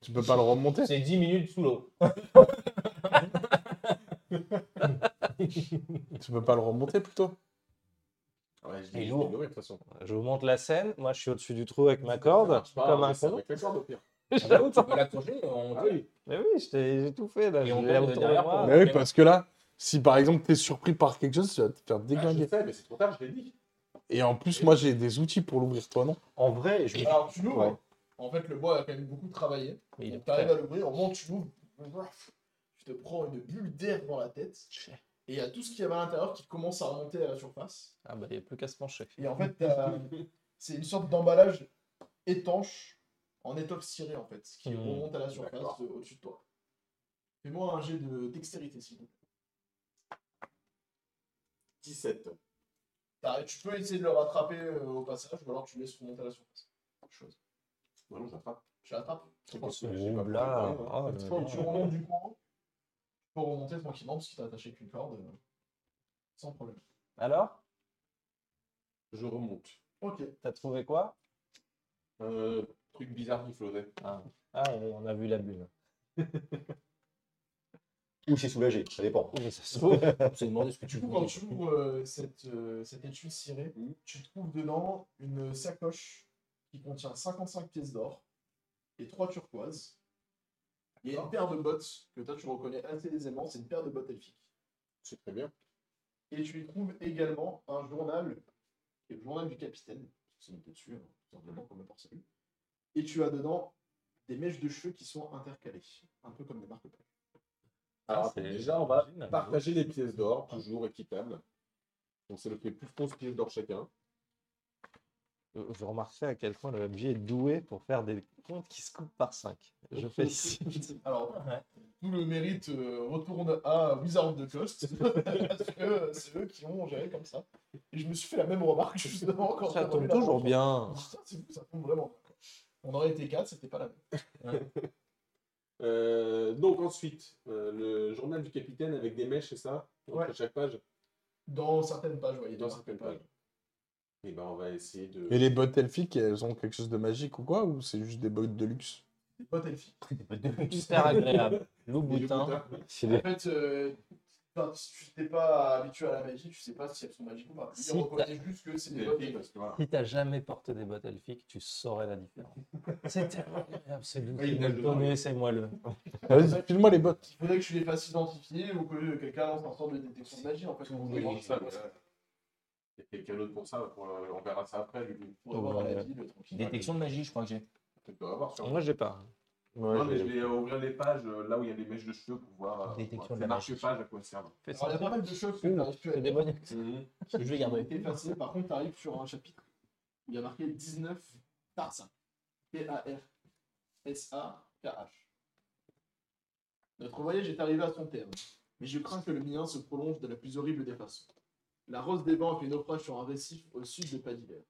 [SPEAKER 4] Tu peux pas le remonter.
[SPEAKER 5] C'est 10 minutes sous l'eau.
[SPEAKER 4] Tu peux pas le remonter plutôt.
[SPEAKER 8] Ouais, je
[SPEAKER 5] Il est
[SPEAKER 8] l'ai- je
[SPEAKER 5] lourd.
[SPEAKER 8] l'ai ouvert, de toute façon.
[SPEAKER 3] Je vous montre la scène, moi je suis au-dessus du trou avec ma
[SPEAKER 8] Ça
[SPEAKER 3] corde,
[SPEAKER 8] marche pas,
[SPEAKER 3] comme
[SPEAKER 8] on
[SPEAKER 3] un
[SPEAKER 8] essaie
[SPEAKER 3] con.
[SPEAKER 8] Avec la corde au pire.
[SPEAKER 3] J'avoue,
[SPEAKER 5] Tu peux l'accrocher on...
[SPEAKER 8] Ah oui.
[SPEAKER 3] Mais oui, je t'ai- j'ai tout fait là.
[SPEAKER 5] Et
[SPEAKER 3] je
[SPEAKER 5] on
[SPEAKER 3] l'ai
[SPEAKER 5] perd
[SPEAKER 3] autour de
[SPEAKER 5] derrière
[SPEAKER 3] moi.
[SPEAKER 6] Ah,
[SPEAKER 5] pour-
[SPEAKER 4] Bah oui, parce que là, si par exemple t'es surpris par quelque chose, tu vas te faire
[SPEAKER 8] Ah, je
[SPEAKER 4] déglinguer.
[SPEAKER 8] sais, mais c'est trop tard, je l'ai dit.
[SPEAKER 4] Et en plus, moi, j'ai des outils pour l'ouvrir, toi, non
[SPEAKER 3] En vrai, je
[SPEAKER 1] Alors tu l'ouvres.
[SPEAKER 4] Ouais.
[SPEAKER 1] hein. En fait, le bois a quand même beaucoup travaillé.
[SPEAKER 3] Mais il est
[SPEAKER 1] Donc, t'arrives à l'ouvrir. Au moment où tu l'ouvres, bref, tu te prends une bulle d'air dans la tête. Et il y a tout ce qu'il y avait à l'intérieur qui commence à remonter à la surface.
[SPEAKER 3] Ah bah il n'y a plus qu'à se pencher.
[SPEAKER 1] Et en fait, t'as- c'est une sorte d'emballage étanche en étoffe cirée, en fait, qui
[SPEAKER 5] Hmm,
[SPEAKER 1] remonte à la surface
[SPEAKER 8] d'accord.
[SPEAKER 1] de- au-dessus de toi. Fais-moi un jet de dextérité, s'il te plaît.
[SPEAKER 8] 17.
[SPEAKER 1] T'arrives- Bah, Tu peux essayer de le rattraper euh, au passage, ou alors tu laisses remonter à la surface. Chose.
[SPEAKER 8] Bah non, j'attrape.
[SPEAKER 1] Tu l'attrapes
[SPEAKER 8] C'est
[SPEAKER 3] Oh,
[SPEAKER 8] pas
[SPEAKER 3] ce
[SPEAKER 8] je sais pas
[SPEAKER 3] groupe
[SPEAKER 8] pourquoi,
[SPEAKER 3] là.
[SPEAKER 8] hein.
[SPEAKER 3] oh
[SPEAKER 1] Tu
[SPEAKER 3] là
[SPEAKER 1] vois,
[SPEAKER 3] là.
[SPEAKER 1] tu remontes du courant. Tu peux remonter tranquillement parce qu'il t'a attaché qu'une corde. euh, Sans problème.
[SPEAKER 3] Alors,
[SPEAKER 8] Je remonte.
[SPEAKER 1] Ok.
[SPEAKER 3] t'as trouvé quoi
[SPEAKER 8] Un Euh, truc bizarre qui flottait.
[SPEAKER 3] Ah, Ah, oui, on a vu la bulle.
[SPEAKER 2] Ou c'est soulagé, ça dépend.
[SPEAKER 3] Mais ça se trouve,
[SPEAKER 5] C'est demander ce que tu
[SPEAKER 1] Du coup,
[SPEAKER 5] veux.
[SPEAKER 1] quand tu ouvres euh, cette, euh, cette étui cirée,
[SPEAKER 4] Mmh.
[SPEAKER 1] tu trouves dedans une sacoche qui contient 55 pièces d'or et 3 turquoises. Il y a une paire de bottes que toi tu reconnais assez aisément, c'est une paire de bottes elfiques.
[SPEAKER 4] C'est très bien.
[SPEAKER 1] Et tu y trouves également un journal, qui est le journal du capitaine, c'est noté dessus, hein, tout simplement comme le porcelaine. Et tu as dedans des mèches de cheveux qui sont intercalées, un peu comme des marque-pages.
[SPEAKER 3] Ah,
[SPEAKER 6] Alors, déjà, on
[SPEAKER 3] bah.
[SPEAKER 6] va partager les pièces d'or, toujours équitable. Donc, c'est le fait plus 11 pièces d'or chacun.
[SPEAKER 3] euh, vous remarquerez à quel point le MJ est doué pour faire des comptes qui se coupent par 5. Je félicite.
[SPEAKER 1] Alors, tout le mérite euh, retourne à Wizard of the Coast, parce que euh, c'est eux qui ont géré comme ça. Et je me suis fait la même remarque justement quand
[SPEAKER 3] Ça
[SPEAKER 1] j'ai
[SPEAKER 3] tombe
[SPEAKER 1] relu la
[SPEAKER 3] toujours
[SPEAKER 1] rencontre.
[SPEAKER 3] bien.
[SPEAKER 1] Putain, c'est fou, ça tombe vraiment. bien. On aurait été quatre, c'était pas la même.
[SPEAKER 6] Euh, donc, ensuite, euh, le journal du capitaine avec des mèches, c'est ça Entre
[SPEAKER 1] Ouais.
[SPEAKER 6] chaque page
[SPEAKER 1] Dans certaines pages, voyez.
[SPEAKER 6] Dans certaines pages. Et ben, on va essayer de.
[SPEAKER 4] Et les bottes elfiques, elles ont quelque chose de magique ou quoi Ou c'est juste des bottes de luxe
[SPEAKER 1] Des bottes elfiques.
[SPEAKER 5] Super agréable. Loup
[SPEAKER 6] Et le
[SPEAKER 5] boutin.
[SPEAKER 6] boutin.
[SPEAKER 3] C'est
[SPEAKER 1] En fait, euh, enfin, si tu n'es pas habitué à la magie, tu sais pas si elles sont magiques ou pas.
[SPEAKER 5] Si,
[SPEAKER 1] on reconnaît juste que c'est des bottes
[SPEAKER 6] Et-
[SPEAKER 1] elfiques.
[SPEAKER 6] parce que voilà.
[SPEAKER 5] Si t'as jamais porté des bottes elfiques, tu saurais la différence. C'est tellement agréable, c'est doux,
[SPEAKER 6] Oui, il
[SPEAKER 5] c'est
[SPEAKER 6] nage dedans,
[SPEAKER 5] moelleux, c'est moelleux.
[SPEAKER 4] Ah, Vas-y, file-moi les bottes.
[SPEAKER 1] Il faudrait que tu les fasses identifier ou que quelqu'un lance un sort de détection de magie en fait. pour
[SPEAKER 6] Oui,
[SPEAKER 1] voir
[SPEAKER 6] oui,
[SPEAKER 1] si
[SPEAKER 6] ça, mais,
[SPEAKER 1] c'est-
[SPEAKER 6] euh, Il y a quelqu'un d'autre pour ça, pour, euh, on verra ça après. Lui.
[SPEAKER 1] pour avoir la ville tranquille.
[SPEAKER 5] Détection de magie, je crois que j'ai.
[SPEAKER 6] Tu peux avoir sur
[SPEAKER 3] Moi, j'ai pas.
[SPEAKER 6] Non, mais je vais euh, ouvrir les pages euh, là où il y a les mèches de cheveux pour voir. euh,
[SPEAKER 5] Détection
[SPEAKER 6] voir
[SPEAKER 5] de
[SPEAKER 6] ces
[SPEAKER 5] la
[SPEAKER 6] marque-pages à quoi elles servent.
[SPEAKER 3] Fais
[SPEAKER 1] Alors, il y
[SPEAKER 3] ça.
[SPEAKER 1] a pas mal de choses que tu n'arrives plus à
[SPEAKER 5] C'est des
[SPEAKER 1] lire.
[SPEAKER 5] bonnes.
[SPEAKER 3] Mhm.
[SPEAKER 5] Je vais
[SPEAKER 1] Ils ont
[SPEAKER 5] garder.
[SPEAKER 1] été effacées. Par contre, tu arrives sur un chapitre où il y a marqué 19 Tarsin. T-A-R-S-A-K-H. Notre voyage est arrivé à son terme, mais je crains que le mien se prolonge de la plus horrible des façons. La Rose des Vents a fait naufrage sur un récif au sud de Padiver.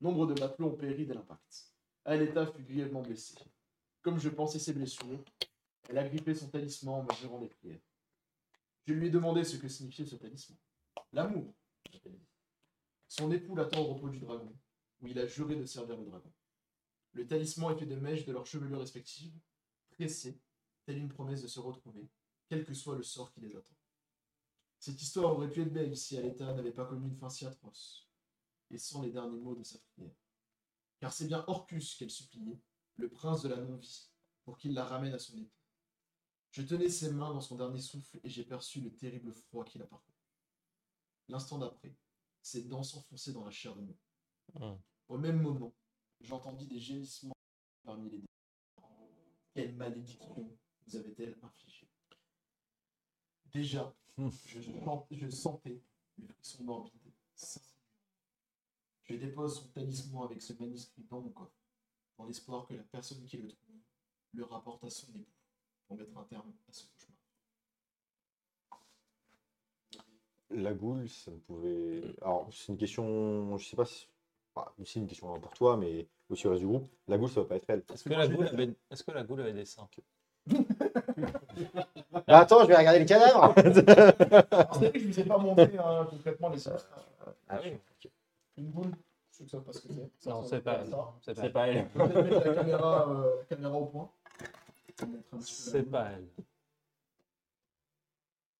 [SPEAKER 1] Nombre de matelots ont péri dès l'impact. Aleta fut grièvement blessée. Comme je pensais ses blessures, elle a grippé son talisman en me jurant des prières. Je lui ai demandé ce que signifiait ce talisman. L'amour, a-t-elle dit. Son époux l'attend au repos du dragon, où il a juré de servir le dragon. Le talisman est fait de mèches de leurs chevelures respectives, tressées, telle une promesse de se retrouver, quel que soit le sort qui les attend. Cette histoire aurait pu être belle si Aleta n'avait pas commis une fin si atroce, et sans les derniers mots de sa prière. Car c'est bien Orcus qu'elle suppliait, le prince de la non-vie, pour qu'il la ramène à son époux. Je tenais ses mains dans son dernier souffle et j'ai perçu le terrible froid qui la parcourut. L'instant d'après, ses dents s'enfonçaient dans la chair de nous.
[SPEAKER 3] Hmm.
[SPEAKER 1] Au même moment, j'entendis des gémissements parmi les dés. Quelle malédiction nous avait-elle infligée Déjà,
[SPEAKER 3] Hmm.
[SPEAKER 1] je, sent- je sentais le frisson d'orbite. Je dépose son talisman avec ce manuscrit dans mon coffre, dans l'espoir que la personne qui le trouve le rapporte à son époux pour mettre un terme à ce cauchemar.
[SPEAKER 2] La goule, ça ne pouvait. Alors, c'est une question, je sais pas si. bah, c'est une question pour toi, mais aussi au reste du groupe. La goule, ça va pas être elle.
[SPEAKER 3] Est-ce que, la goule avait... Est-ce que la goule avait des seins
[SPEAKER 2] Bah, attends, je vais regarder le cadavre
[SPEAKER 1] Alors, c'est vrai que Ah, je ne vous ai pas montré hein, concrètement les choses.
[SPEAKER 2] Ah
[SPEAKER 3] oui.
[SPEAKER 1] Une boule Je ne sais pas ce que c'est. Ça
[SPEAKER 3] Non,
[SPEAKER 1] ressemble
[SPEAKER 3] c'est pas
[SPEAKER 1] à
[SPEAKER 3] elle.
[SPEAKER 1] ça.
[SPEAKER 3] C'est
[SPEAKER 5] C'est
[SPEAKER 3] pas,
[SPEAKER 5] pas elle.
[SPEAKER 1] Je vais peut-être mettre la caméra, euh, la caméra au point. On va mettre un petit peu la
[SPEAKER 3] c'est
[SPEAKER 1] boule.
[SPEAKER 3] pas elle.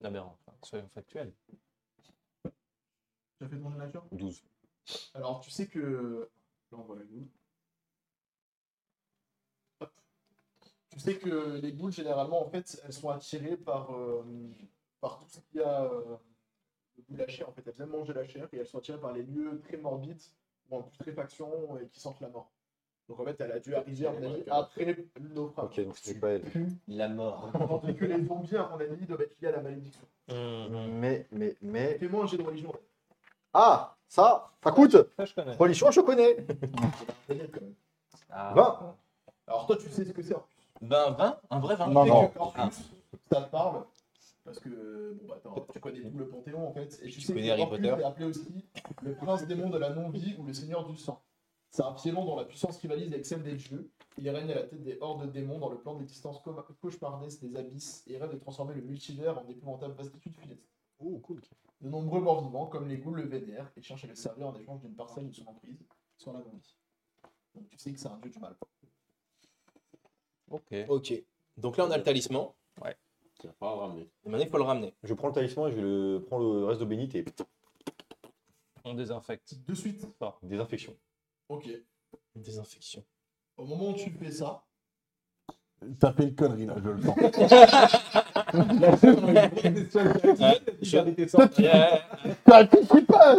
[SPEAKER 3] Non, mais enfin, soyons factuels.
[SPEAKER 1] Tu as fait ton jeu nature
[SPEAKER 2] 12.
[SPEAKER 1] Alors, tu sais que. Là, on voit la boule. Hop. Tu sais que les boules, généralement, en fait, elles sont attirées par, euh, par tout ce qu'il y a euh, de la chair. En fait, elles aiment manger la chair et elles sont attirées par les lieux très morbides ou en putréfaction et qui sentent la mort. Donc, en fait, elle a dû arriver, à mon avis, après le naufrage.
[SPEAKER 2] Ok, donc c'était pas elle.
[SPEAKER 5] La mort.
[SPEAKER 1] Tandis que les zombies, à mon avis, doivent être liés à la malédiction.
[SPEAKER 2] Mmh. Mais, mais, mais.
[SPEAKER 1] Fais-moi un jet de religion.
[SPEAKER 2] Ah Ça Ça coûte
[SPEAKER 3] Ça, je connais.
[SPEAKER 2] Religion, je connais Ben.
[SPEAKER 5] Ah.
[SPEAKER 2] 20
[SPEAKER 1] Alors, toi, tu sais ce que c'est. en
[SPEAKER 5] Ben, 20 Un vrai 20
[SPEAKER 4] Non,
[SPEAKER 1] Dès
[SPEAKER 4] non.
[SPEAKER 1] que
[SPEAKER 3] Ah.
[SPEAKER 1] Orcus, ça te parle. Parce que, bon, bah, attends, tu connais tout le Panthéon en fait. Et tu, sais
[SPEAKER 5] connais
[SPEAKER 1] que
[SPEAKER 5] Harry
[SPEAKER 1] Orcus
[SPEAKER 5] Potter.
[SPEAKER 1] est appelé aussi le prince démon de la non-vie ou le seigneur du sang. C'est un piémon dont la puissance rivalise avec celle des dieux. Il règne à la tête des hordes de démons dans le plan d'existence cau- cauchemardesque des abysses et rêve de transformer le multivers en épouvantable vastitude funeste.
[SPEAKER 2] Oh, cool.
[SPEAKER 1] De nombreux morts vivants, comme les ghouls, le vénèrent et cherchent à le servir en échange d'une parcelle de son emprise sur la non-vie. Donc tu sais que c'est un dieu du mal.
[SPEAKER 3] Ok.
[SPEAKER 5] Ok. Donc là, on a le talisman.
[SPEAKER 6] Tu vas pas le ramener.
[SPEAKER 5] Et maintenant, il faut le ramener.
[SPEAKER 2] Je prends le talisman et je le prends le reste de bénite et
[SPEAKER 3] On désinfecte.
[SPEAKER 1] De suite.
[SPEAKER 2] désinfection.
[SPEAKER 1] Ok.
[SPEAKER 5] Désinfection.
[SPEAKER 1] Au moment où tu fais ça,
[SPEAKER 4] T'as fait une connerie là, je le sens. T'anticipes pas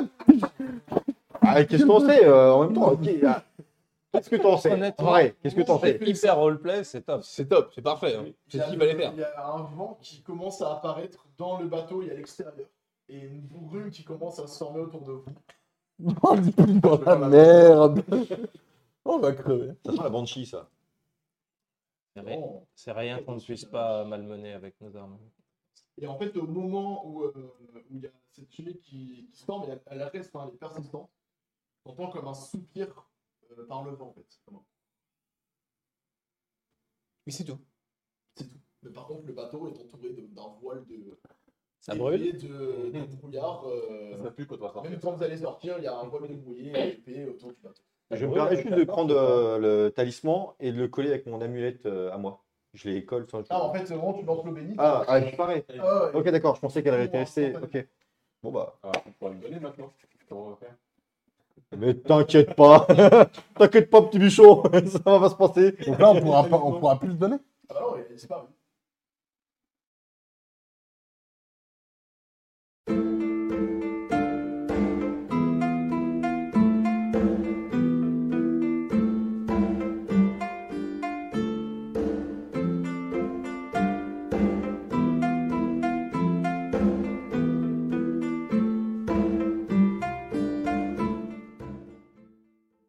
[SPEAKER 2] Ah, qu'est-ce qu'on sait euh, en même temps ok, ah. Qu'est-ce que t'en sais Ouais, qu'est-ce que t'en sais
[SPEAKER 3] Hyper roleplay, c'est top.
[SPEAKER 5] C'est top, c'est parfait. hein.
[SPEAKER 1] il
[SPEAKER 5] C'est
[SPEAKER 1] y
[SPEAKER 5] ce
[SPEAKER 1] a
[SPEAKER 5] qu'il
[SPEAKER 1] le-
[SPEAKER 5] fallait faire.
[SPEAKER 1] Il y a un vent qui commence à apparaître dans le bateau et à l'extérieur. Et une brume qui commence à se former autour de vous.
[SPEAKER 4] On est plus dans la merde On va crever.
[SPEAKER 2] Ça sent la banshee, ça.
[SPEAKER 3] C'est rien-
[SPEAKER 1] Oh.
[SPEAKER 3] C'est rien qu'on ne puisse pas malmener avec nos armes.
[SPEAKER 1] Et en fait, au moment où euh, où il y a cette fumée qui, qui se forme, elle, elle reste, enfin, elle est persistante. T'entends comme un soupir euh, par le vent, en fait. Comme un-
[SPEAKER 5] Mais c'est tout.
[SPEAKER 1] C'est tout. Mais par contre, le bateau est entouré de- d'un voile de.
[SPEAKER 3] Ça
[SPEAKER 1] épais
[SPEAKER 3] brûle
[SPEAKER 1] de, de brouillard. euh,
[SPEAKER 6] Ça n'a plus quand on va sortir.
[SPEAKER 1] même quand vous allez sortir, il y a un voile de brouillé épais autour du bateau.
[SPEAKER 2] Je me permets juste de prendre euh, le talisman et de le coller avec mon amulette euh, à moi. Je les colle sans le
[SPEAKER 1] Ah, en fait, vraiment, tu lances le béni.
[SPEAKER 2] Ah, ah, je suis pareil.
[SPEAKER 1] Ah,
[SPEAKER 2] Ok, d'accord, je pensais qu'elle était restée. Ok. Bon bah.
[SPEAKER 6] Ah, on pourra me donner maintenant. Comment on va faire
[SPEAKER 2] Mais t'inquiète pas. t'inquiète pas, petit bichon. ça va pas se passer.
[SPEAKER 4] Donc là, on pourra, pas, on pourra plus le donner
[SPEAKER 1] Ah bah non, il a disparu.